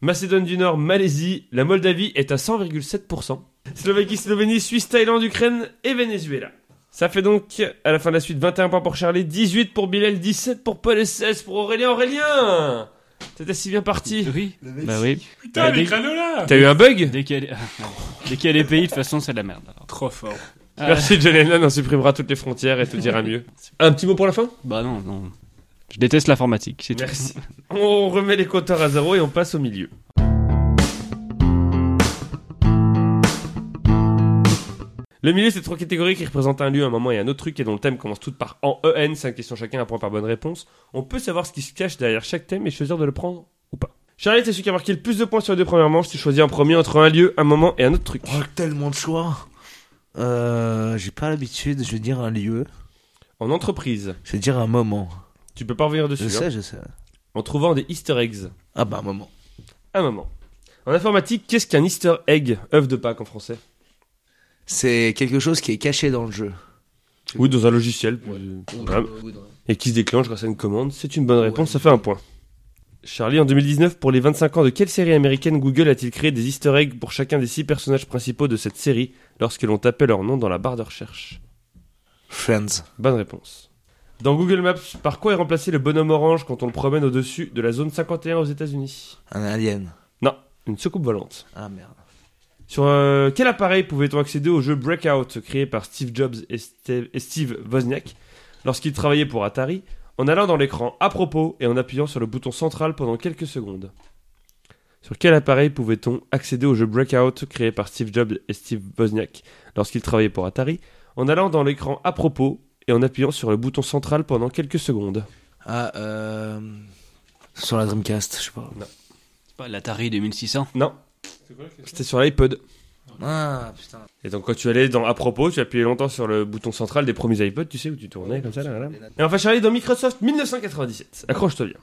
Speaker 1: Macédoine du Nord, Malaisie, la Moldavie est à 100,7%, Slovaquie, Slovénie, Suisse, Thaïlande, Ukraine et Venezuela. Ça fait donc, à la fin de la suite, 21 points pour Charlie, 18 pour Bilal, 17 pour Paul et 16 pour Aurélien. Aurélien T'étais si bien parti.
Speaker 3: Oui, bah oui.
Speaker 2: Putain,
Speaker 3: Bah,
Speaker 2: les
Speaker 3: dès-
Speaker 2: crâneaux là
Speaker 1: T'as eu un bug
Speaker 3: Dès qu'il y, a... dès qu'il y a les pays, de toute façon, c'est de la merde. alors. Ah,
Speaker 2: Trop fort.
Speaker 1: Merci John Lennon, on supprimera toutes les frontières et te dira mieux. Un petit mot pour la fin
Speaker 3: Bah non, non. Je déteste l'informatique, c'est tout.
Speaker 1: Merci. On remet les compteurs à zéro et on passe au milieu. Le milieu, c'est trois catégories qui représentent un lieu, un moment et un autre truc, et dont le thème commence toutes par en EN, 5 questions chacun, un point par bonne réponse. On peut savoir ce qui se cache derrière chaque thème et choisir de le prendre ou pas. Charlie, c'est celui qui a marqué le plus de points sur les deux premières manches. Tu choisis en premier entre un lieu, un moment et un autre truc.
Speaker 4: Oh, tellement de choix. Euh, j'ai pas l'habitude, je vais dire un lieu.
Speaker 1: En entreprise,
Speaker 4: Je vais dire un moment.
Speaker 1: tu peux pas revenir
Speaker 4: Je
Speaker 1: dessus. hein.
Speaker 4: sais, je sais.
Speaker 1: En trouvant des easter eggs.
Speaker 4: Ah bah, un moment.
Speaker 1: Un moment. En informatique, qu'est-ce qu'un easter egg œuf de Pâques en français
Speaker 4: C'est quelque chose qui est caché dans le jeu.
Speaker 1: Oui, dans un logiciel. euh, Voilà. Et qui se déclenche grâce à une commande. C'est une bonne réponse, ça fait un point. Charlie, en 2019, pour les 25 ans de quelle série américaine Google a-t-il créé des easter eggs pour chacun des 6 personnages principaux de cette série lorsque l'on tapait leur nom dans la barre de recherche
Speaker 4: Friends.
Speaker 1: Bonne réponse. Dans Google Maps, par quoi est remplacé le bonhomme orange quand on le promène au-dessus de la zone 51 aux États-Unis
Speaker 4: Un alien.
Speaker 1: Une soucoupe volante.
Speaker 4: Ah merde.
Speaker 1: Sur euh, quel appareil pouvait-on accéder au jeu Breakout créé par Steve Jobs et, Ste- et Steve Wozniak lorsqu'ils travaillaient pour Atari en allant dans l'écran à propos et en appuyant sur le bouton central pendant quelques secondes Sur quel appareil pouvait-on accéder au jeu Breakout créé par Steve Jobs et Steve Wozniak lorsqu'ils travaillaient pour Atari en allant dans l'écran à propos et en appuyant sur le bouton central pendant quelques secondes
Speaker 4: Ah, euh. Sur la Dreamcast, je sais pas.
Speaker 3: C'est pas l'Atari 2600.
Speaker 1: Non, c'était sur l'iPod.
Speaker 4: Ah putain.
Speaker 1: Et donc quand tu allais dans à propos, tu appuyais longtemps sur le bouton central des premiers iPods, tu sais, où tu tournais comme ça. Là, là. Et enfin, Charlie, dans Microsoft 1997, accroche-toi bien.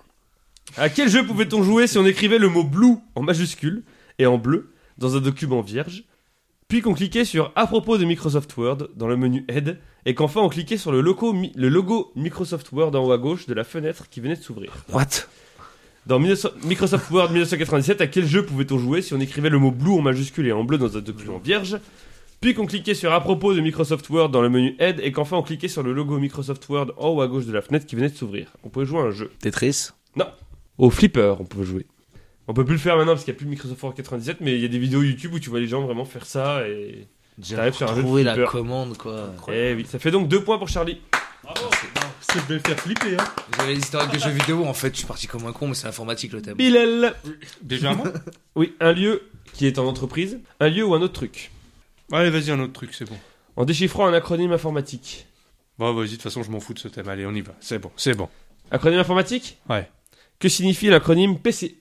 Speaker 1: À quel jeu pouvait-on jouer si on écrivait le mot blue en majuscule et en bleu dans un document vierge, puis qu'on cliquait sur à propos de Microsoft Word dans le menu Head, et qu'enfin on cliquait sur le logo, mi- le logo Microsoft Word en haut à gauche de la fenêtre qui venait de s'ouvrir
Speaker 4: What
Speaker 1: dans 19- Microsoft Word 1997, à quel jeu pouvait-on jouer si on écrivait le mot blue en majuscule et en bleu dans un document vierge puis qu'on cliquait sur à propos de Microsoft Word dans le menu Head et qu'enfin on cliquait sur le logo Microsoft Word en haut à gauche de la fenêtre qui venait de s'ouvrir. On pouvait jouer à un jeu.
Speaker 4: Tetris
Speaker 1: Au flipper, on pouvait jouer. On peut plus le faire maintenant parce qu'il n'y a plus Microsoft Word 97, mais il y a des vidéos YouTube où tu vois les gens vraiment faire ça et.
Speaker 4: J'ai
Speaker 1: T'arrives sur un jeu de
Speaker 4: trouvé la
Speaker 1: flipper.
Speaker 4: commande quoi.
Speaker 1: Eh oui, ça fait donc deux points pour Charlie.
Speaker 7: Ça devait faire flipper, hein.
Speaker 4: J'avais l'historique des jeux vidéo en fait, je suis parti comme un con, mais c'est informatique le thème.
Speaker 1: Bilal
Speaker 5: Légèrement
Speaker 1: Oui, un lieu qui est en entreprise, un lieu ou un autre truc.
Speaker 5: Allez, vas-y, un autre truc, c'est bon.
Speaker 1: En déchiffrant un acronyme informatique.
Speaker 5: Bon, vas-y, de toute façon, je m'en fous de ce thème. Allez, on y va. C'est bon, c'est bon.
Speaker 1: Acronyme informatique
Speaker 5: Ouais.
Speaker 1: Que signifie l'acronyme PC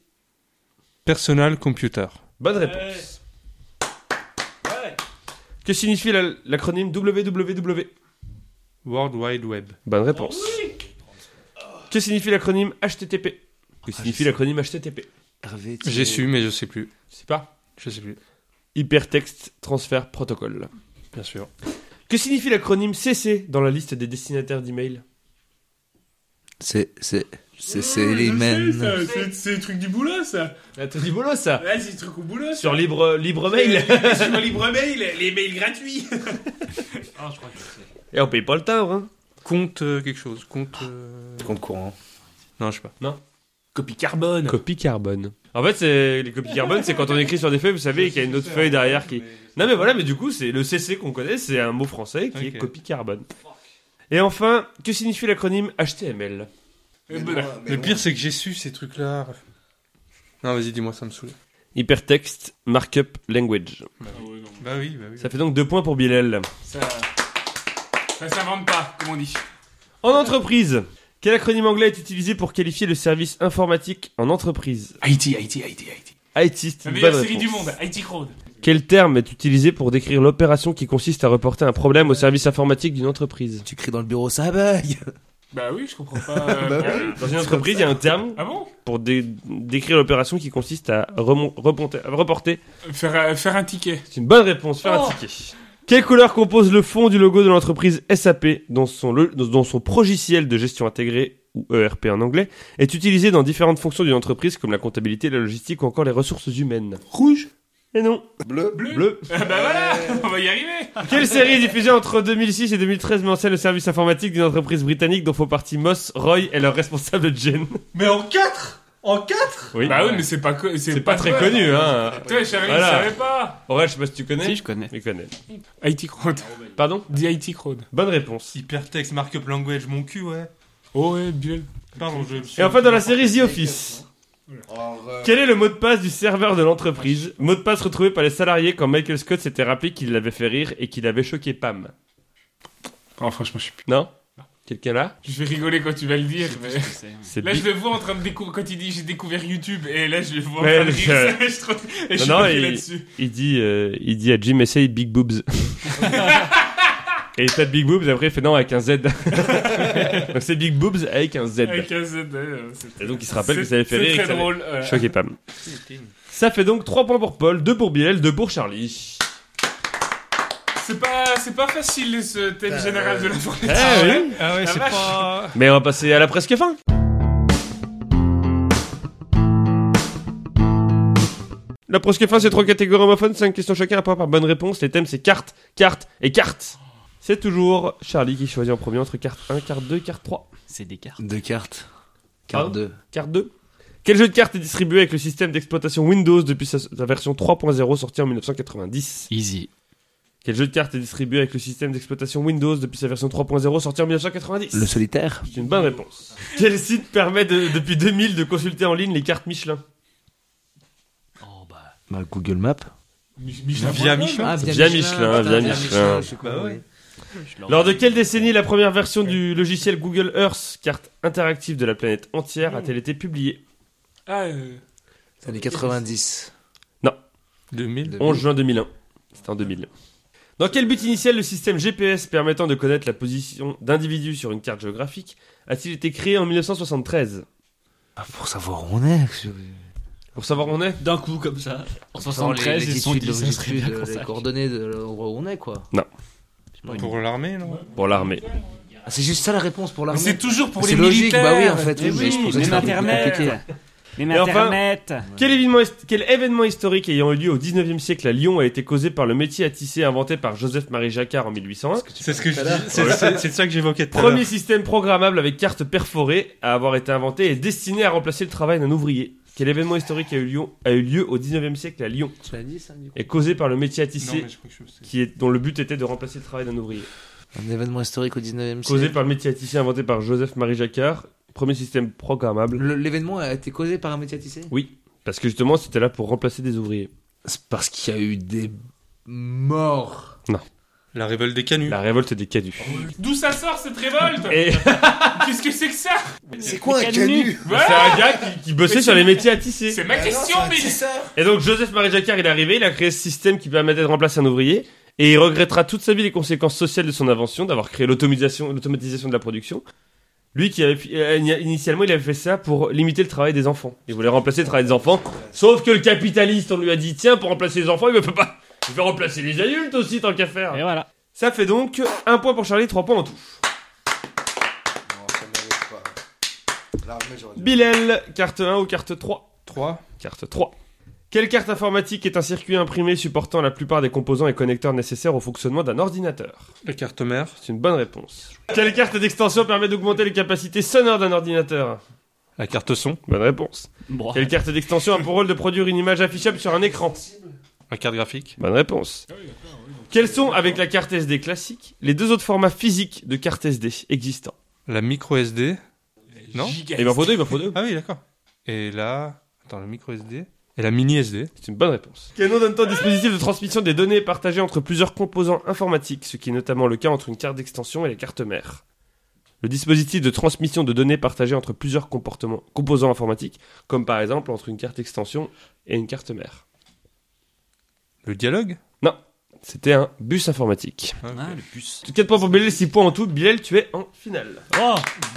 Speaker 5: Personal Computer.
Speaker 1: Bonne réponse. Que signifie la- l'acronyme WWW
Speaker 5: World Wide Web.
Speaker 1: Bonne réponse. Que signifie l'acronyme HTTP
Speaker 5: Ah,
Speaker 1: Que signifie l'acronyme HTTP
Speaker 4: Hervé, tu-
Speaker 5: J'ai su, mais je sais plus.
Speaker 1: C'est pas
Speaker 5: Je sais plus.
Speaker 1: Hypertext Transfer Protocol.
Speaker 5: Bien sûr.
Speaker 1: Que signifie l'acronyme CC dans la liste des destinataires d'email
Speaker 6: C'est, c'est, c'est,
Speaker 2: Je
Speaker 6: c'est
Speaker 2: sais,
Speaker 6: les
Speaker 2: ça,
Speaker 6: mêmes.
Speaker 2: c'est- C'est le truc du boulot, ça.
Speaker 1: Ah, t'as dit boulot ça
Speaker 2: Ouais, c'est le truc au boulot. ça.
Speaker 1: Sur libre, libre mail
Speaker 2: Les- Sur libre mail, les mails gratuits.
Speaker 8: Ah, je crois que c'est.
Speaker 1: Et on paye pas le timbre, hein
Speaker 5: Compte euh, quelque chose. Compte. euh,
Speaker 6: Compte courant.
Speaker 5: Non, je sais pas.
Speaker 2: Copie carbone.
Speaker 1: Copie carbone. En fait, c'est les copies carbone, c'est quand on écrit sur des feuilles, vous savez, et qu'il y a une autre feuille derrière qui. Non, mais voilà, mais du coup, c'est le CC qu'on connaît, c'est un mot français qui est
Speaker 5: Ok.
Speaker 1: copie carbone. Et enfin, que signifie l'acronyme HTML
Speaker 2: ben Ah,
Speaker 5: Le pire, c'est que j'ai su ces trucs-là. Non, vas-y, dis-moi, ça me saoule.
Speaker 1: Hypertext Markup Language.
Speaker 5: Bah oui, bah oui.
Speaker 1: Ça fait donc deux points pour Bilal.
Speaker 2: Ça, ça s'invente pas, comme on dit.
Speaker 1: En entreprise, quel acronyme anglais est utilisé pour qualifier le service informatique en entreprise
Speaker 2: IT, IT, IT, IT.
Speaker 1: IT, c'est
Speaker 2: La
Speaker 1: une
Speaker 2: meilleure
Speaker 1: bonne
Speaker 2: série du
Speaker 1: réponse.
Speaker 2: monde, IT Crowd.
Speaker 1: Quel terme est utilisé pour décrire l'opération qui consiste à reporter un problème au service informatique d'une entreprise
Speaker 6: Tu cries dans le bureau, ça bague
Speaker 2: Bah oui, je comprends pas. euh,
Speaker 6: Bah
Speaker 2: pourquoi.
Speaker 1: Dans une entreprise, il y a un terme
Speaker 2: Ah bon
Speaker 1: pour dé- décrire l'opération qui consiste à remon- reponter- reporter.
Speaker 2: faire, euh, faire un ticket.
Speaker 1: C'est une bonne réponse, faire
Speaker 2: Oh.
Speaker 1: un ticket. Quelle couleur compose le fond du logo de l'entreprise SAP dont son, lo- dont son progiciel de gestion intégrée, ou ERP en anglais, est utilisé dans différentes fonctions d'une entreprise comme la comptabilité, la logistique ou encore les ressources humaines
Speaker 2: Rouge
Speaker 1: Et non,
Speaker 6: Bleu.
Speaker 2: Bleu
Speaker 1: bleu.
Speaker 2: Ah Bah voilà, on va y arriver.
Speaker 1: Quelle série diffusée entre 2006 et 2013 met en scène le service informatique d'une entreprise britannique dont font partie Moss, Roy et leur responsable Jen
Speaker 7: Mais en 4 En 4
Speaker 1: Oui,
Speaker 2: bah oui, mais c'est pas, co-
Speaker 1: c'est pas très
Speaker 2: vrai.
Speaker 1: connu, hein.
Speaker 2: Toi, je savais, je
Speaker 1: Voilà.
Speaker 2: savais pas.
Speaker 1: Aurel, je sais pas si tu connais.
Speaker 3: Si, je connais.
Speaker 1: Il connaît.
Speaker 2: IT Crowd.
Speaker 1: Pardon
Speaker 2: Dis IT Crowd.
Speaker 1: Bonne réponse.
Speaker 5: Hypertext Markup Language, mon cul, ouais.
Speaker 2: Oh ouais, Bill.
Speaker 5: Pardon, je me suis.
Speaker 1: Et enfin, dans la série The Office, quel est le mot de passe du serveur de l'entreprise Mot de passe retrouvé par les salariés quand Michael Scott s'était rappelé qu'il l'avait fait rire et qu'il avait choqué Pam.
Speaker 2: Oh, franchement, je suis plus.
Speaker 1: Non Quelqu'un là
Speaker 2: Je vais rigoler quand tu vas le dire, mais.
Speaker 1: C'est
Speaker 2: Là,
Speaker 1: Bi-
Speaker 2: je le vois en train de découvrir. Quand il dit j'ai découvert YouTube, et là, je le vois en
Speaker 1: Ouais,
Speaker 2: train de
Speaker 1: je-
Speaker 2: rire. Je... suis trop- Et je suis
Speaker 1: Non, non,
Speaker 2: bloqué
Speaker 1: il-
Speaker 2: là-dessus.
Speaker 1: Il dit, euh, il dit à Jim, essaye Big Boobs. Et il tape Big Boobs, après il fait non avec un Z. donc c'est Big Boobs avec un Z.
Speaker 2: Avec un Z, euh, c'est-
Speaker 1: Et donc il se rappelle que
Speaker 2: c'est-
Speaker 1: ça avait fait rire. et
Speaker 2: C'est
Speaker 1: que ça
Speaker 2: très
Speaker 1: avait-
Speaker 2: drôle. euh,
Speaker 1: Choqué Pam. Ça fait donc 3 points pour Paul, 2 pour Bilal, 2 pour Charlie.
Speaker 2: C'est pas, c'est pas facile ce thème général de
Speaker 1: Eh
Speaker 2: l'informatique.
Speaker 8: Ah ouais,
Speaker 2: La
Speaker 8: c'est
Speaker 2: vache.
Speaker 8: pas.
Speaker 1: Mais on va passer à la presque fin. La presque fin, c'est trois catégories homophones, 5 questions chacun, un point par bonne réponse. Les thèmes, c'est carte, carte et carte. C'est toujours Charlie qui choisit en premier entre carte 1, carte 2, carte 3.
Speaker 3: C'est des cartes.
Speaker 6: Deux cartes.
Speaker 1: Pardon
Speaker 6: Carte 2.
Speaker 1: Carte 2. Quel jeu de cartes est distribué avec le système d'exploitation Windows depuis sa, sa version 3.0 sortie en 1990
Speaker 3: Easy.
Speaker 1: Quel jeu de cartes est distribué avec le système d'exploitation Windows depuis sa version 3.0 sortie en 1990
Speaker 6: Le solitaire
Speaker 1: C'est une bonne réponse. Quel site permet de- depuis 2000 de consulter en ligne les cartes Michelin
Speaker 3: Oh bah.
Speaker 6: bah, Google Ah, Map.
Speaker 2: Mi- Michelin.
Speaker 5: Via Michelin
Speaker 1: Via Michelin, via Michelin.
Speaker 6: je sais quoi, oui.
Speaker 3: je leur-
Speaker 1: Lors de quelle décennie la première version du logiciel Google Earth, carte interactive de la planète entière, a-t-elle été publiée
Speaker 2: Ah, euh,
Speaker 6: Les années 90.
Speaker 5: 2000.
Speaker 1: 11 juin 2001. C'était en 2000. Dans quel but initial le système GPS permettant de connaître la position d'individus sur une carte géographique a-t-il été créé en 1973
Speaker 6: Ah, pour savoir où on est. je-
Speaker 1: Pour savoir où on est
Speaker 8: D'un coup, comme ça. En
Speaker 6: Pour savoir
Speaker 8: 73,
Speaker 6: les
Speaker 8: ils sont
Speaker 6: latitudes,
Speaker 8: dit, ça serait
Speaker 6: longitudes,
Speaker 8: bien qu'on
Speaker 6: les
Speaker 8: sache.
Speaker 6: coordonnées de l'endroit où on est, quoi.
Speaker 5: Pour l'armée, non
Speaker 1: Pour l'armée.
Speaker 6: Ah, c'est juste ça la réponse pour l'armée.
Speaker 2: c'est toujours pour les
Speaker 6: C'est logique,
Speaker 2: militaires.
Speaker 6: bah oui, en fait.
Speaker 8: Mais
Speaker 6: oui, mais je
Speaker 8: oui,
Speaker 6: pensais
Speaker 8: même
Speaker 6: que c'était plus
Speaker 8: Internet.
Speaker 6: compliqué.
Speaker 8: Même
Speaker 1: Et enfin-
Speaker 8: Internet.
Speaker 1: Quel événement, hist- quel événement historique ayant eu lieu au 19e siècle à Lyon a été causé par le métier à tisser inventé par Joseph-Marie Jacquard en 1801
Speaker 5: C'est ce que je dis. C'est c'est- c'est ça que j'évoquais tout à l'heure.
Speaker 1: Premier système programmable avec carte perforée à avoir été inventé et destiné à remplacer le travail d'un ouvrier. Quel événement historique a eu lieu, a eu lieu au 19e siècle à Lyon
Speaker 6: Tu l'as dit, ça, Nico
Speaker 1: et causé par le métier à tisser
Speaker 5: Non, mais je crois que je sais.
Speaker 1: qui est, dont le but était de remplacer le travail d'un ouvrier
Speaker 6: Un événement historique au 19 e
Speaker 1: Causé
Speaker 6: siècle.
Speaker 1: par le métier à tisser inventé par Joseph-Marie Jacquard, premier système programmable.
Speaker 6: Le- L'événement a été causé par un métier à tisser
Speaker 1: Oui, parce que justement c'était là pour remplacer des ouvriers.
Speaker 6: C'est parce qu'il y a eu des morts.
Speaker 5: La révolte des canuts.
Speaker 1: La révolte des caducs.
Speaker 2: D'où ça sort cette révolte
Speaker 1: Et
Speaker 2: Qu'est-ce que c'est que ça
Speaker 6: C'est quoi
Speaker 8: un canu
Speaker 1: c'est
Speaker 2: Voilà,
Speaker 1: un gars qui, qui bossait sur les métiers à tisser.
Speaker 6: Bah
Speaker 2: Ah C'est ma question, mais.
Speaker 1: Et donc Joseph Marie Jacquard il est arrivé, il a créé ce système qui permettait de remplacer un ouvrier. et il regrettera toute sa vie les conséquences sociales de son invention, d'avoir créé l'automatisation l'automatisation de la production. Lui qui avait euh, initialement il avait fait ça pour limiter le travail des enfants. Il voulait remplacer le travail des enfants. Sauf que le capitaliste on lui a dit tiens pour remplacer les enfants il ne peut pas. Il veut remplacer les adultes aussi tant qu'à faire.
Speaker 3: Et voilà.
Speaker 1: Ça fait donc un point pour Charlie, trois points en tout.
Speaker 7: Non, ça mérite pas. L'armée, j'aurais dû-
Speaker 1: Bilal, carte 1 ou carte 3
Speaker 5: 3.
Speaker 1: Carte 3. Quelle carte informatique est un circuit imprimé supportant la plupart des composants et connecteurs nécessaires au fonctionnement d'un ordinateur
Speaker 5: La carte mère.
Speaker 1: C'est une bonne réponse. Quelle carte d'extension permet d'augmenter les capacités sonores d'un ordinateur
Speaker 5: La carte son.
Speaker 1: Bonne réponse.
Speaker 3: Bon.
Speaker 1: Quelle carte d'extension a pour rôle de produire une image affichable sur un écran
Speaker 5: La carte graphique.
Speaker 1: Bonne réponse. Quels sont, avec la carte SD classique, les deux autres formats physiques de carte SD existants
Speaker 5: La micro SD. Non
Speaker 1: Il m'en faut deux, il m'en faut deux.
Speaker 5: Ah oui, d'accord. Et là. Attends, la micro SD. Et la mini SD.
Speaker 1: C'est une bonne réponse. Quel nom donne-t-on au dispositif de transmission des données partagées entre plusieurs composants informatiques, ce qui est notamment le cas entre une carte d'extension et la carte mère Le dispositif de transmission de données partagées entre plusieurs comportements- composants informatiques, comme par exemple entre une carte extension et une carte mère.
Speaker 5: Le dialogue.
Speaker 1: C'était un bus informatique.
Speaker 5: Ah, ok.
Speaker 8: Ah, le puce.
Speaker 1: 4 points pour Bilal, 6 points en tout. Bilal, tu es en finale.
Speaker 8: Oh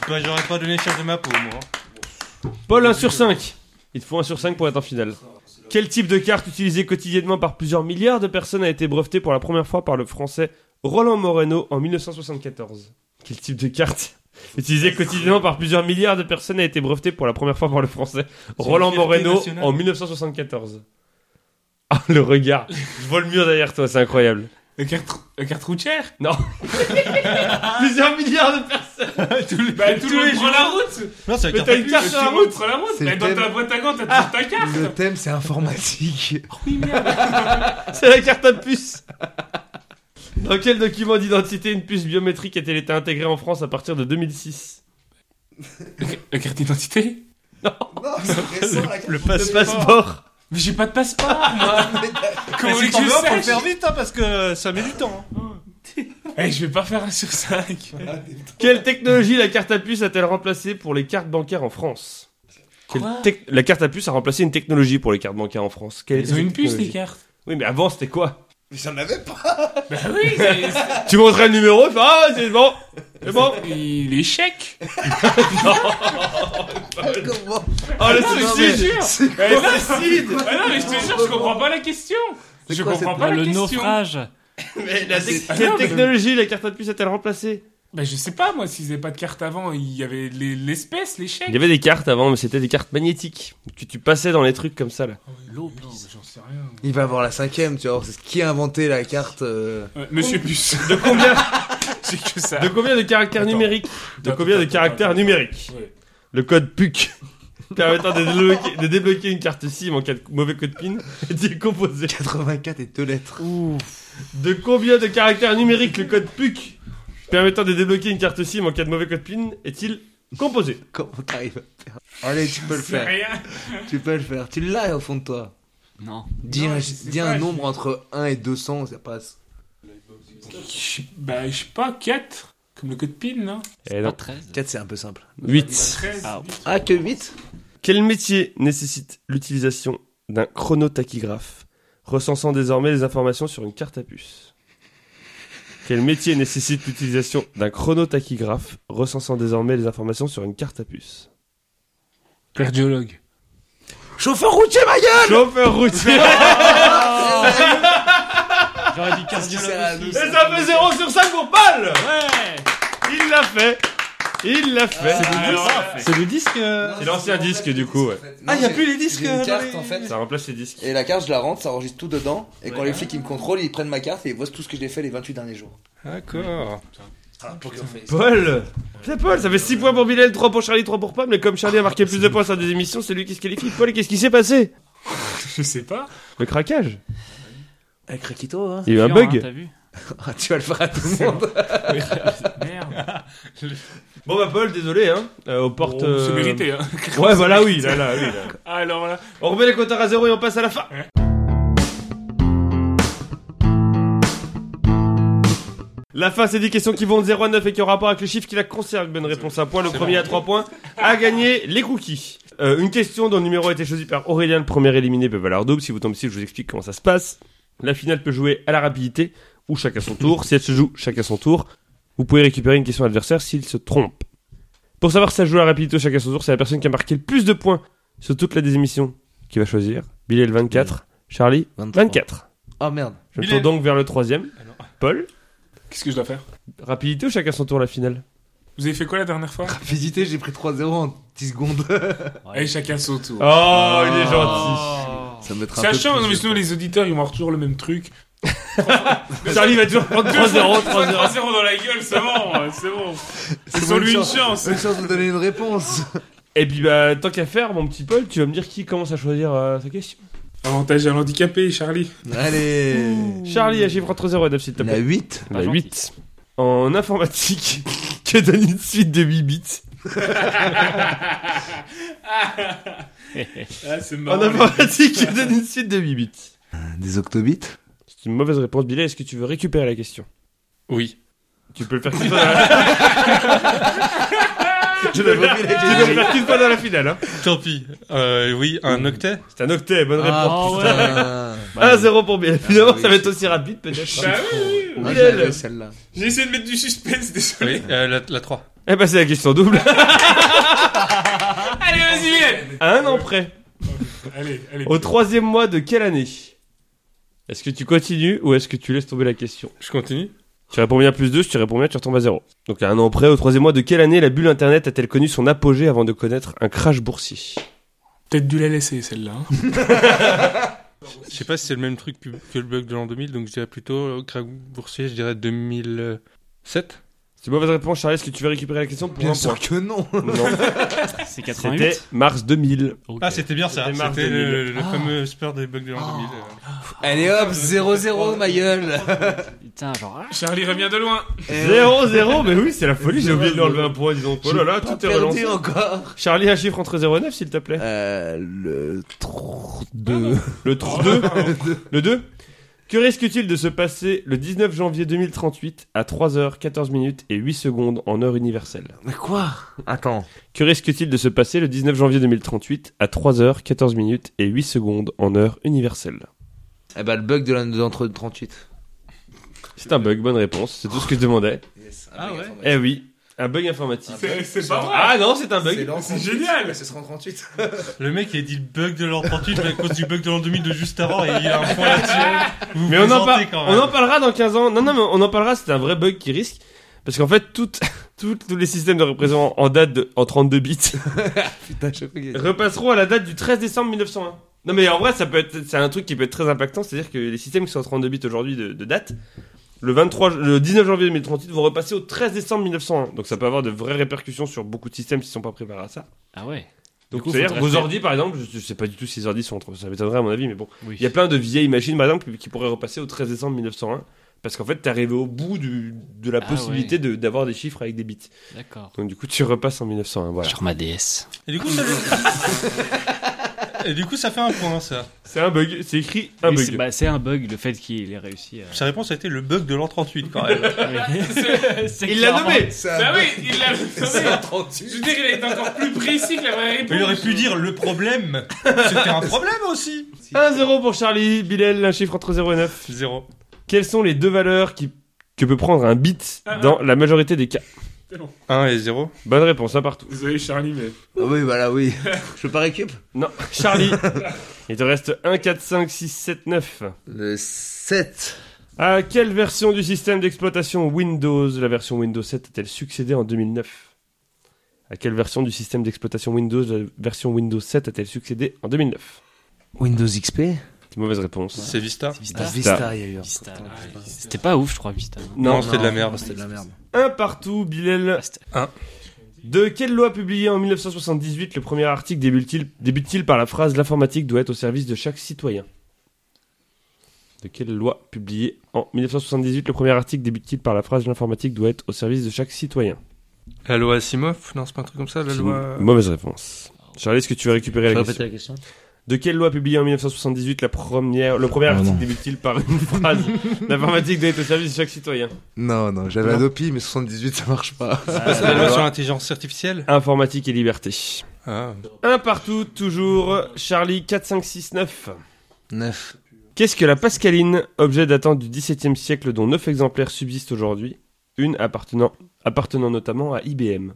Speaker 5: Bah, j'aurais pas donné cher de ma peau, moi.
Speaker 1: Paul, 1 sur 5. Il te faut 1 sur 5 pour être en finale. Quel type de carte utilisée quotidiennement par plusieurs milliards de personnes a été brevetée pour la première fois par le français Roland Moreno en 1974 Quel type de carte utilisée quotidiennement par plusieurs milliards de personnes a été brevetée pour la première fois par le français Roland
Speaker 5: fierté
Speaker 1: Moreno
Speaker 5: nationale.
Speaker 1: en 1974 Ah, le regard Je vois le mur derrière toi, c'est incroyable.
Speaker 2: La carte, la carte routière
Speaker 1: Plusieurs milliards de personnes
Speaker 2: Bah, Ah. tout le monde prend la route
Speaker 9: Non, c'est la
Speaker 1: Mais
Speaker 9: carte
Speaker 1: t'as une
Speaker 2: Tout
Speaker 1: carte sur la
Speaker 2: le monde
Speaker 1: route
Speaker 2: prend la route
Speaker 7: C'est
Speaker 2: Bah,
Speaker 7: le
Speaker 2: Dans ta
Speaker 7: thème.
Speaker 2: boîte à gants, t'as toujours ta carte
Speaker 7: Le thème, c'est informatique.
Speaker 1: C'est la carte à puce. Dans quel document d'identité une puce biométrique a-t-elle été intégrée en France à partir de 2006
Speaker 2: La carte d'identité
Speaker 7: non, c'est récent, la carte.
Speaker 9: Le
Speaker 1: Le
Speaker 9: passe
Speaker 1: passeport.
Speaker 2: Mais j'ai pas de passeport, moi Comment
Speaker 9: Mais
Speaker 2: voulez
Speaker 9: si
Speaker 2: que
Speaker 9: t'en veux, faut le
Speaker 2: je sache
Speaker 9: faire vite, hein, parce que ça met du temps. hein.
Speaker 2: Eh, je vais pas faire un sur 5
Speaker 1: Quelle technologie la carte à puce a-t-elle remplacée pour les cartes bancaires en France Quelle tec- La carte à puce a remplacé une technologie pour les cartes bancaires en France. Quelle
Speaker 2: Ils
Speaker 1: était
Speaker 2: ont
Speaker 1: cette
Speaker 2: une puce, les
Speaker 1: technologie
Speaker 2: cartes
Speaker 1: Oui, mais avant c'était quoi
Speaker 7: Mais j'en avais pas.
Speaker 2: Bah oui c'est-
Speaker 1: Tu montrais le numéro, tu fais, ah c'est bon, c'est bon.
Speaker 2: c'est- Il est chèque
Speaker 6: Comment
Speaker 1: Oh
Speaker 9: Ah,
Speaker 1: le suicide.
Speaker 6: C'est
Speaker 2: Eh, non, Ah non, mais je te jure, je comprends pas la question
Speaker 6: C'est
Speaker 2: Je
Speaker 6: quoi
Speaker 2: comprends
Speaker 6: cette-
Speaker 2: pas la
Speaker 3: le
Speaker 2: question
Speaker 3: naufrage.
Speaker 1: Mais la tec-
Speaker 2: Ah,
Speaker 1: Quelle
Speaker 2: non, mais-
Speaker 1: technologie la carte à puce a-t-elle remplacée
Speaker 2: Bah je sais pas moi, s'ils avaient pas de carte avant, il y avait les- l'espèce, les chèques.
Speaker 1: Il y avait des cartes avant, mais c'était des cartes magnétiques. Tu, tu passais dans les trucs comme ça là.
Speaker 2: Non, Oh, mais j'en sais rien.
Speaker 6: Il va avoir la cinquième, tu vois. C'est qui a inventé la carte euh,
Speaker 2: Ouais, Monsieur Puce.
Speaker 1: De combien
Speaker 2: C'est que ça.
Speaker 1: De combien de caractères
Speaker 2: Attends.
Speaker 1: numériques De
Speaker 2: Attends,
Speaker 1: combien de
Speaker 2: attends,
Speaker 1: caractères
Speaker 2: attends.
Speaker 1: numériques
Speaker 2: Ouais.
Speaker 1: Le code PUC permettant de débloquer, de débloquer une carte SIM en cas de mauvais code PIN est décomposé.
Speaker 6: 84 et deux lettres
Speaker 1: De combien de caractères numériques le code PUC permettant de débloquer une carte SIM en cas de mauvais code PIN est-il composé
Speaker 6: Comment t'arrives à faire Allez, tu peux le
Speaker 2: C'est
Speaker 6: faire.
Speaker 2: rien.
Speaker 6: Tu peux le faire. Tu l'as au fond de toi.
Speaker 8: Non.
Speaker 6: Dis
Speaker 2: Non,
Speaker 6: un,
Speaker 2: je sais
Speaker 6: dis
Speaker 2: pas,
Speaker 6: un
Speaker 2: je-
Speaker 6: nombre entre 1 et 200, ça passe.
Speaker 2: Je- Bah je sais pas, 4. Comme le code PIN, non
Speaker 1: Eh
Speaker 8: Pas
Speaker 1: non.
Speaker 8: 13.
Speaker 6: 4, c'est un peu simple.
Speaker 1: 8.
Speaker 2: 13.
Speaker 3: Ah,
Speaker 6: Ah, que 8
Speaker 1: Quel métier nécessite l'utilisation d'un chronotachygraphe recensant désormais les informations sur une carte à puce Quel métier nécessite l'utilisation d'un chronotachygraphe recensant désormais les informations sur une carte à puce
Speaker 2: Cardiologue.
Speaker 6: Chauffeur routier, ma gueule
Speaker 1: Chauffeur routier
Speaker 6: Ah,
Speaker 3: J'aurais dit
Speaker 6: Qu'est-ce qui
Speaker 3: cardiologue.
Speaker 6: sert à nous,
Speaker 1: Et ça fait 0 sur 5 pour Paul Il l'a fait Il l'a fait Ah,
Speaker 9: C'est le disque. euh,
Speaker 1: C'est l'ancien disque du coup, ouais.
Speaker 6: Ah,
Speaker 9: y a plus les disques,
Speaker 6: Une
Speaker 9: euh,
Speaker 6: carte
Speaker 9: dans
Speaker 6: en
Speaker 9: les-
Speaker 6: fait.
Speaker 1: Ça remplace les disques.
Speaker 6: Et la carte, je la rentre, ça enregistre tout dedans. Et quand les flics ils me contrôlent, ils prennent ma carte et ils voient tout ce que j'ai fait les 28 derniers jours.
Speaker 5: D'accord.
Speaker 6: Ah, poker face.
Speaker 1: Paul C'est Paul, ça fait 6 points pour Bilal, 3 pour Charlie, 3 pour Pam, mais comme Charlie a marqué plus de points sur des émissions, c'est lui qui se qualifie. Paul, qu'est-ce qui s'est passé
Speaker 2: Je sais pas.
Speaker 1: Le craquage
Speaker 6: Avec Rakito, hein
Speaker 1: Il y a eu un
Speaker 3: Chiant, hein,
Speaker 1: bug
Speaker 3: T'as vu
Speaker 6: Ah, tu vas le faire à tout le monde.
Speaker 2: Merde.
Speaker 1: Bon bah Paul, désolé hein, euh, aux portes...
Speaker 2: Bon, C'est
Speaker 1: euh,
Speaker 2: mérité, hein. Ah,
Speaker 1: Ouais voilà oui, là, là, oui, là.
Speaker 2: Alors là.
Speaker 1: On remet les compteurs à zéro et on passe à la fin La fin, c'est des questions qui vont de 0 à 9 et qui ont rapport avec le chiffre qui la concerne. Bonne réponse à point, le premier à 3 points. A gagner les cookies. Euh, une question dont le numéro a été choisi par Aurélien, le premier éliminé peut valoir double. Si vous tombez ici, je vous explique comment ça se passe. La finale peut jouer à la rapidité ou chacun son tour. Si elle se joue, chacun son tour. Vous pouvez récupérer une question adversaire s'il se trompe. Pour savoir si ça joue à la rapidité ou chacun son tour, c'est la personne qui a marqué le plus de points sur toute la désémission qui va choisir. Billy le 24, Charlie
Speaker 4: 23.
Speaker 1: 24.
Speaker 6: Oh merde.
Speaker 1: Je me
Speaker 2: Bilal.
Speaker 1: tourne donc vers le troisième. Paul,
Speaker 2: Qu'est-ce que je dois faire
Speaker 1: rapidité ou chacun son tour la finale
Speaker 2: Vous avez fait quoi la dernière fois
Speaker 6: Rapidité, j'ai pris 3-0 en 10 secondes.
Speaker 2: Allez, chacun son tour.
Speaker 1: Oh, il est gentil.
Speaker 2: Oh.
Speaker 6: Ça me mettra un peu
Speaker 2: Sachant,
Speaker 6: plus
Speaker 2: non, mais
Speaker 6: de-
Speaker 2: sinon les auditeurs ils m'ont toujours le même truc.
Speaker 1: Charlie va toujours prendre 3-0, 3-0.
Speaker 2: 3-0 dans la gueule, c'est bon, c'est bon.
Speaker 6: C'est
Speaker 2: Sans
Speaker 6: bon,
Speaker 2: lui une
Speaker 6: une
Speaker 2: chance.
Speaker 6: Une chance de donner une réponse.
Speaker 1: Et puis bah tant qu'à faire, mon petit Paul, tu vas me dire qui commence à choisir euh, sa question.
Speaker 2: Avantage à l'handicapé, Charlie.
Speaker 6: Allez.
Speaker 1: Charlie, à chiffre entre 0 et 9, s'il te
Speaker 6: Il a
Speaker 1: plaît.
Speaker 6: 8.
Speaker 1: La 8. En informatique, que donne une suite de 8 bits
Speaker 2: Ah, c'est
Speaker 1: En informatique, que donne une suite de 8 bits
Speaker 6: Des octobits.
Speaker 1: C'est une mauvaise réponse, Bilal. Est-ce que tu veux récupérer la question
Speaker 5: Oui.
Speaker 1: Tu peux le faire qu'une fois dans la,
Speaker 6: Je l'avais oublié la
Speaker 1: tu peux le faire qu'une fois dans la finale. Hein.
Speaker 5: Tant pis. Euh, oui, un octet
Speaker 1: C'est un octet, bonne réponse.
Speaker 6: Ah, putain.
Speaker 1: 1-0 pour Bilal. Finalement,
Speaker 6: Bah, Ah, oui.
Speaker 1: ça va être aussi rapide peut-être.
Speaker 2: Bah oui, oui, oui.
Speaker 6: Moi, je
Speaker 1: Bilal.
Speaker 6: l'avais, celle-là.
Speaker 2: J'ai essayé de mettre du suspense, désolé.
Speaker 5: Oui, euh, la, la 3.
Speaker 1: Eh bah c'est la question double.
Speaker 2: Allez, vas-y, viens
Speaker 1: À un an près.
Speaker 2: Allez, allez.
Speaker 1: Au troisième mois de quelle année Est-ce que tu continues ou est-ce que tu laisses tomber la question
Speaker 5: Je continue
Speaker 1: Tu réponds bien plus 2, si tu réponds bien, tu retombes à 0. Donc à un an près, au troisième mois de quelle année la bulle Internet a-t-elle connu son apogée avant de connaître un crash boursier
Speaker 2: Peut-être dû la laisser celle-là. hein.
Speaker 5: Je sais pas si c'est le même truc que que le bug de l'an 2000, donc je dirais plutôt euh, crack boursier, je dirais 2007.
Speaker 1: C'est une mauvaise réponse, Charlie. Est-ce que tu veux récupérer la question pour
Speaker 6: Bien
Speaker 1: un
Speaker 6: sûr que non.
Speaker 1: point Non,
Speaker 3: C'est 88.
Speaker 1: c'était mars 2000.
Speaker 8: Ok.
Speaker 5: Ah, c'était bien ça.
Speaker 1: C'était mars
Speaker 5: C'était le,
Speaker 1: 2000.
Speaker 5: le fameux spur des bugs de l'an 2000. euh.
Speaker 6: Allez hop, 0-0, ma gueule.
Speaker 3: Putain, genre. ah.
Speaker 2: Charlie revient de loin.
Speaker 6: Eh,
Speaker 1: 0-0, mais oui, c'est la folie. J'ai oublié de lui enlever un point, dis donc. Oh là là,
Speaker 6: pas
Speaker 1: tout est relancé.
Speaker 6: perdu encore.
Speaker 1: Charlie, un chiffre entre 0 et 9, s'il te plaît.
Speaker 6: Euh, le 32.
Speaker 1: Le 2 Le 2 Que risque-t-il de se passer le 19 janvier 2038 à 3h14 minutes et 8 secondes en heure universelle
Speaker 6: Mais quoi Attends.
Speaker 1: Que risque-t-il de se passer le 19 janvier 2038 à 3h14 minutes et 8 secondes en heure universelle
Speaker 6: Eh ben, le bug de l'année d'entre 38.
Speaker 1: C'est un bug, bonne réponse, c'est tout ce que je demandais.
Speaker 6: Ah ouais
Speaker 1: Eh oui, un bug informatique.
Speaker 2: C'est- C'est pas vrai.
Speaker 1: Ah non, c'est un bug.
Speaker 2: C'est
Speaker 6: Bah,
Speaker 2: génial.
Speaker 7: Ce sera en 38.
Speaker 5: Le mec, il a dit le bug de l'an 38 mais à cause du bug de l'an 2000 de juste avant et il a un point là-dessus. Vous
Speaker 1: Mais on en,
Speaker 5: plaisantez
Speaker 1: par-
Speaker 5: quand
Speaker 1: on
Speaker 5: même.
Speaker 1: en parlera dans 15 ans. Non, non, mais on en parlera, c'est un vrai bug qui risque. Parce qu'en fait, toutes- toutes- tous les systèmes de représentation en date de- en 32 bits
Speaker 6: Putain, je crois qu'il y a-
Speaker 1: repasseront à la date du 13 décembre 1901. Non mais en vrai, ça peut être, c'est un truc qui peut être très impactant, c'est-à-dire que les systèmes qui sont en 32 bits aujourd'hui de, de date, le 23, le 19 janvier 2038 vont repasser au 13 décembre 1901. Donc ça peut avoir de vraies répercussions sur beaucoup de systèmes qui ne sont pas préparés à ça.
Speaker 3: Ah ouais.
Speaker 1: Donc
Speaker 3: coup,
Speaker 1: c'est-à-dire
Speaker 3: faudrait
Speaker 1: vos
Speaker 3: faire-
Speaker 1: ordi par exemple, je, je sais pas du tout si les ordi sont entre, ça m'étonnerait à mon avis, mais bon,
Speaker 3: Oui.
Speaker 1: il y a plein de vieilles machines par exemple qui pourraient repasser au 13 décembre 1901 parce qu'en fait t'es arrivé au bout du- de la
Speaker 3: Ah
Speaker 1: possibilité de- d'avoir des chiffres avec des bits.
Speaker 3: D'accord.
Speaker 1: Donc du coup tu repasses en 1901. Voilà.
Speaker 3: Genre ma DS.
Speaker 5: Et du coup, ça fait- Et du coup, ça fait un point, ça.
Speaker 1: C'est un bug, c'est écrit un
Speaker 3: Oui,
Speaker 1: bug.
Speaker 3: c'est- bah, C'est un bug le fait qu'il ait réussi à.
Speaker 5: Sa réponse a été le bug de l'an 38, quand même.
Speaker 1: Il l'a nommé.
Speaker 2: Bah oui, il l'a Je veux dire, il est encore plus précis que la vraie réponse.
Speaker 5: Mais il aurait pu dire le problème. C'était un problème aussi.
Speaker 1: 1-0 pour Charlie, Bilal, un chiffre entre 0 et 9.
Speaker 5: Zéro.
Speaker 1: Quelles sont les deux valeurs qui, que peut prendre un bit dans la majorité des cas
Speaker 5: 1 et 0.
Speaker 1: Bonne réponse, un partout.
Speaker 2: Désolé, Charlie, mais.
Speaker 6: Ah oui, bah là, oui. Je peux pas récup
Speaker 1: Non, Charlie, il te reste 1, 4, 5, 6, 7, 9.
Speaker 6: Le 7.
Speaker 1: À quelle version du système d'exploitation Windows la version Windows 7 a-t-elle succédé en 2009 À quelle version du système d'exploitation Windows la version Windows 7 a-t-elle succédé en 2009
Speaker 6: Windows XP
Speaker 1: C'est une mauvaise réponse.
Speaker 5: C'est Vista.
Speaker 6: Ah,
Speaker 3: Vista.
Speaker 6: Vista, il y a eu. un-
Speaker 3: Vista.
Speaker 6: Putain,
Speaker 3: ouais.
Speaker 6: Vista.
Speaker 3: C'était pas ouf, je crois, Vista.
Speaker 1: Non,
Speaker 5: c'était de la merde.
Speaker 6: C'était de la merde.
Speaker 1: un partout, Bilal.
Speaker 3: Ah, c'était-
Speaker 1: De quelle loi publiée en 1978 le premier article débute-t-il débute-t-il par la phrase L'informatique doit être au service de chaque citoyen De quelle loi publiée en 1978 le premier article débute-t-il par la phrase L'informatique doit être au service de chaque citoyen
Speaker 5: La loi Asimov Non, c'est pas un truc comme ça, la
Speaker 1: C'est
Speaker 5: loi.
Speaker 1: une Mauvaise réponse. Charlie, est-ce que tu veux récupérer
Speaker 6: Je
Speaker 1: la
Speaker 6: répète
Speaker 1: question
Speaker 6: la question.
Speaker 1: De quelle loi publiée en 1978 la première, le premier
Speaker 6: Ah,
Speaker 1: article
Speaker 6: non.
Speaker 1: débute-t-il par une phrase L'informatique doit être au service de chaque citoyen.
Speaker 7: Non, non, j'avais Adopi, mais 78, ça marche pas.
Speaker 5: C'est la loi sur l'intelligence artificielle
Speaker 1: Informatique et liberté.
Speaker 5: Ah.
Speaker 1: Un partout, toujours. Charlie, 4, 5, 6, 9.
Speaker 6: 9.
Speaker 1: Qu'est-ce que la Pascaline, objet datant du XVIIe siècle dont 9 exemplaires subsistent aujourd'hui, une appartenant, appartenant notamment à IBM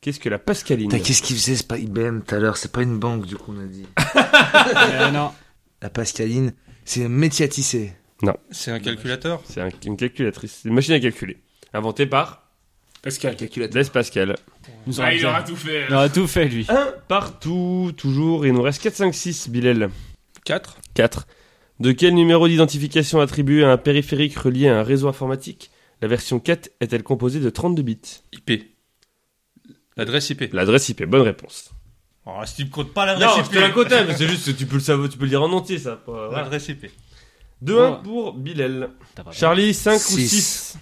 Speaker 1: Qu'est-ce que la Pascaline
Speaker 6: Putain, Qu'est-ce qu'il faisait C'est pas IBM tout à l'heure, c'est pas une banque du coup on a dit.
Speaker 3: Euh, non.
Speaker 6: La Pascaline, c'est un métier à tisser.
Speaker 5: C'est un calculateur
Speaker 1: C'est un- une calculatrice, c'est une machine à calculer, inventée par
Speaker 2: Pascal.
Speaker 1: Blaise Pascal.
Speaker 2: Ah,
Speaker 3: Nous aura
Speaker 2: il
Speaker 3: bien-
Speaker 2: aura tout fait.
Speaker 3: il aura tout fait, lui.
Speaker 1: Un partout, toujours, il nous reste 4, 5, 6, Bilal.
Speaker 5: 4
Speaker 1: 4. De quel numéro d'identification attribué à un périphérique relié à un réseau informatique La version 4 est-elle composée de 32 bits
Speaker 5: IP. L'adresse IP.
Speaker 1: L'adresse IP, bonne réponse.
Speaker 9: Oh, si tu me comptes pas l'adresse
Speaker 1: Non,
Speaker 9: IP.
Speaker 1: c'est un quota, mais c'est juste que tu peux le savoir, tu peux le dire en entier, ça. Pas- voilà.
Speaker 5: L'adresse IP.
Speaker 1: 2-1 pour Bilal.
Speaker 3: T'as pas-
Speaker 1: Charlie, 5 ou
Speaker 6: Six.
Speaker 1: 6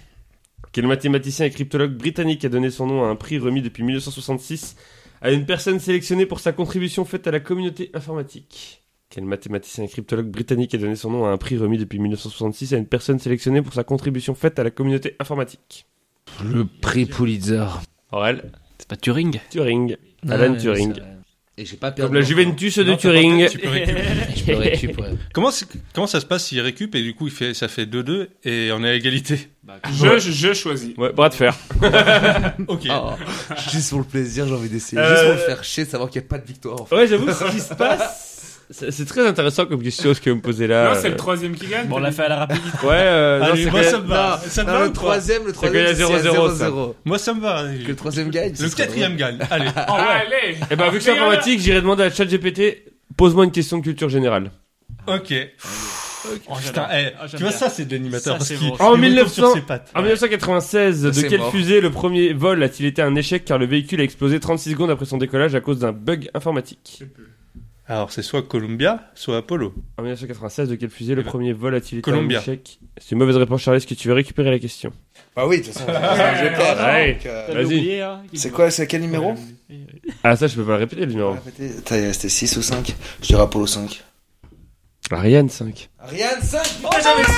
Speaker 1: Quel mathématicien et cryptologue britannique a donné son nom à un prix remis depuis 1966 à une personne sélectionnée pour sa contribution faite à la communauté informatique Quel mathématicien et cryptologue britannique a donné son nom à un prix remis depuis 1966 à une personne sélectionnée pour sa contribution faite à la communauté informatique
Speaker 6: Le prix Pulitzer.
Speaker 1: Aurel
Speaker 3: C'est pas Turing
Speaker 1: Turing. Alan
Speaker 6: Ouais,
Speaker 1: Turing.
Speaker 6: c'est vrai. Et j'ai pas perdu.
Speaker 1: Comme la
Speaker 6: encore.
Speaker 1: Juventus de
Speaker 5: Non, t'as
Speaker 1: Turing.
Speaker 5: pas fait, tu peux récupérer.
Speaker 6: Je peux récup, ouais.
Speaker 5: comment, c'est- comment ça se passe s'il récup et du coup il fait, ça fait 2-2 et on est à égalité
Speaker 2: Je, je, je choisis.
Speaker 1: Ouais, bras de fer.
Speaker 5: Ok.
Speaker 6: Oh, juste pour le plaisir, j'ai envie d'essayer.
Speaker 1: Euh,
Speaker 6: Juste pour le faire chier, de savoir qu'il n'y a pas de victoire. en fait.
Speaker 1: Ouais, j'avoue, que ce qui se passe. C'est c'est très intéressant comme question ce que vous me posez là.
Speaker 2: Non, c'est le troisième qui gagne.
Speaker 8: Bon, on l'a fait à la rapide.
Speaker 1: Ouais, euh, non,
Speaker 9: Allez,
Speaker 1: c'est
Speaker 9: moi
Speaker 1: que-
Speaker 9: ça me va. Ça me
Speaker 6: Non,
Speaker 9: va ou
Speaker 6: le
Speaker 9: pas
Speaker 6: troisième, le
Speaker 1: qu'il y a
Speaker 6: troisième, c'est à
Speaker 1: 0-0, ça.
Speaker 6: 0-0.
Speaker 9: Moi ça me va. hein.
Speaker 6: Que le troisième gagne. ce
Speaker 5: Le
Speaker 6: serait
Speaker 5: quatrième gagne. Allez.
Speaker 2: Ah Allez
Speaker 1: Eh ben, vu que c'est informatique, j'irai demander à ChatGPT, pose-moi une question de culture générale.
Speaker 5: Ok.
Speaker 8: Oh,
Speaker 5: Putain,
Speaker 8: j'adore.
Speaker 5: eh,
Speaker 8: Ah, j'aime
Speaker 5: tu vois,
Speaker 8: bien.
Speaker 5: ça, c'est de l'animateur.
Speaker 8: Ça,
Speaker 5: parce
Speaker 8: c'est
Speaker 5: qu'il-
Speaker 8: bon.
Speaker 5: il
Speaker 1: En
Speaker 5: retourne
Speaker 1: 1900
Speaker 5: sur ses pattes.
Speaker 1: En 1996,
Speaker 6: Ça,
Speaker 1: de
Speaker 6: c'est
Speaker 1: quelle
Speaker 6: mort.
Speaker 1: fusée le premier vol a-t-il été un échec car le véhicule a explosé 36 secondes après son décollage à cause d'un bug informatique
Speaker 5: Alors, c'est soit Columbia, soit Apollo.
Speaker 1: En 1996, de quelle fusée le
Speaker 5: Eh ben,
Speaker 1: premier vol a-t-il été
Speaker 5: Columbia.
Speaker 1: un échec C'est une mauvaise réponse, Charlie, est-ce que tu veux récupérer la question
Speaker 6: Ah
Speaker 7: Bah oui, de toute façon, je
Speaker 6: hein,
Speaker 7: perds.
Speaker 1: Ouais.
Speaker 7: donc, euh,
Speaker 1: Vas-y.
Speaker 8: oublié, hein.
Speaker 7: C'est quoi, c'est quel numéro
Speaker 1: Ah, ça, je peux pas le répéter le numéro.
Speaker 7: Répétez. Attends, il restait 6 ou 5 Je dirais Apollo 5.
Speaker 1: Ariane 5.
Speaker 7: Ariane 5 Oh, j'avais 5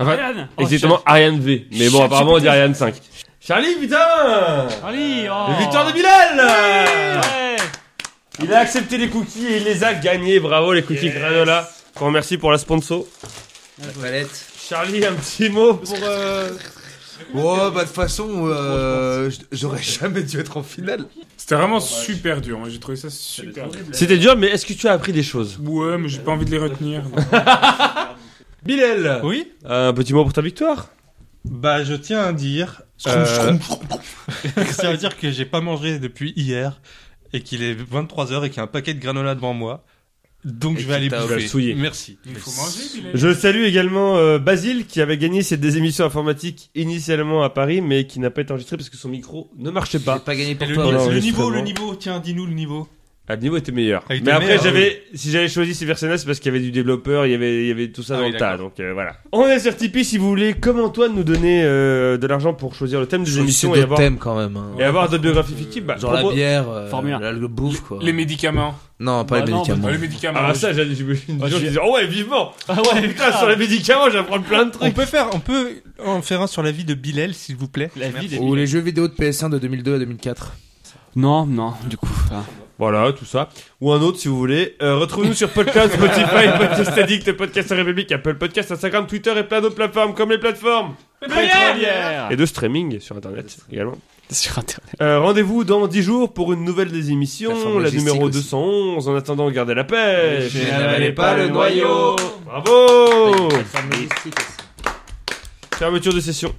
Speaker 1: Enfin,
Speaker 8: Ariane Oh,
Speaker 1: exactement Ariane V. Mais bon,
Speaker 8: Chat
Speaker 1: apparemment, on dit
Speaker 8: GPT.
Speaker 1: Ariane 5. Charlie, putain
Speaker 8: shit. Allez
Speaker 5: Ah.
Speaker 8: oh.
Speaker 1: Le Victoire de Bilal
Speaker 8: Ouais.
Speaker 1: Il a accepté les cookies et il les a gagnés. Bravo les cookies granola. Qu'on remercie pour la sponsor.
Speaker 6: La palette.
Speaker 1: Charlie, un petit mot pour, euh,
Speaker 6: Oh, bah de toute façon, euh, j- j'aurais jamais dû être en finale.
Speaker 2: C'était vraiment super dur. hein. J'ai trouvé ça super dur.
Speaker 1: C'était dur, mais est-ce que tu as appris des choses
Speaker 2: Ouais, mais j'ai pas envie de les retenir.
Speaker 1: Bilal
Speaker 5: Oui
Speaker 1: Euh, Un petit mot pour ta victoire
Speaker 5: Bah, je tiens à dire. euh, ça veut dire que j'ai pas mangé depuis hier et qu'il est 23h et qu'il y a un paquet de granola devant moi. Donc,
Speaker 6: Et
Speaker 5: je
Speaker 6: que
Speaker 5: vais aller
Speaker 6: t'as-
Speaker 1: tu vas le souiller.
Speaker 5: bouffer. Merci.
Speaker 2: Il faut manger, Bilal.
Speaker 1: Je salue également euh, Basile qui avait gagné cette des émissions informatiques initialement à Paris, mais qui n'a pas été enregistrée parce que son micro ne marchait
Speaker 6: J'ai
Speaker 1: pas.
Speaker 6: pas gagné
Speaker 5: Et
Speaker 6: pour
Speaker 5: le,
Speaker 6: toi.
Speaker 1: non,
Speaker 5: le
Speaker 1: mais c'est
Speaker 5: niveau,
Speaker 1: vraiment-
Speaker 5: le niveau, tiens, dis-nous le niveau.
Speaker 1: Ah, le niveau était meilleur.
Speaker 5: Ah, il était
Speaker 1: mais après,
Speaker 5: meilleur,
Speaker 1: j'avais, si j'avais choisi ces personnages, c'est parce qu'il y avait du développeur, il y avait, il y avait tout ça
Speaker 5: Ah
Speaker 1: dans
Speaker 5: oui,
Speaker 1: le tas. Donc euh, voilà. On est sur Tipeee si vous voulez, comme Antoine, nous donner euh, de l'argent pour choisir le thème des émissions et
Speaker 6: d'autres
Speaker 1: avoir,
Speaker 6: thèmes quand même. hein.
Speaker 1: et avoir d'autres biographies fictives. Bah,
Speaker 6: Genre la
Speaker 1: propos-
Speaker 6: bière, euh,
Speaker 3: Formule un.
Speaker 6: la- le bouffe quoi.
Speaker 2: Les médicaments.
Speaker 6: Non, pas
Speaker 8: Bah
Speaker 6: les
Speaker 8: non,
Speaker 6: médicaments.
Speaker 2: Ah, les médicaments.
Speaker 1: Ah, ça, j'ai- j'imagine. des
Speaker 8: Ah,
Speaker 1: gens qui
Speaker 8: j'ai-
Speaker 1: disent, oh ouais, vivement!
Speaker 8: Ah ouais,
Speaker 1: Putain, sur les médicaments, j'apprends plein de
Speaker 5: On
Speaker 1: trucs!
Speaker 5: peut faire, on peut en faire un sur la vie de Bilal, s'il vous plaît.
Speaker 8: La vie des
Speaker 6: Ou les jeux vidéo de PS1 de 2002 à 2004.
Speaker 3: Non, non, du coup. enfin,
Speaker 1: Voilà, tout ça. Ou un autre, si vous voulez. Euh, Retrouvez-nous sur Podcast, Spotify, Podcast Addict, Podcast République, Apple Podcast, Instagram, Twitter et plein d'autres plateformes, comme les plateformes!
Speaker 3: pétrolière
Speaker 1: Et de streaming sur Internet, également.
Speaker 3: Sur Internet.
Speaker 1: Euh, Rendez-vous dans 10 jours pour une nouvelle des
Speaker 6: La
Speaker 1: émissions,
Speaker 6: forme
Speaker 1: la,
Speaker 6: logistique
Speaker 1: numéro
Speaker 6: aussi.
Speaker 1: 211. En attendant, gardez la pêche.
Speaker 6: Je n'avalais pas le
Speaker 1: Oh.
Speaker 6: noyau.
Speaker 1: Bravo Fermeture de session.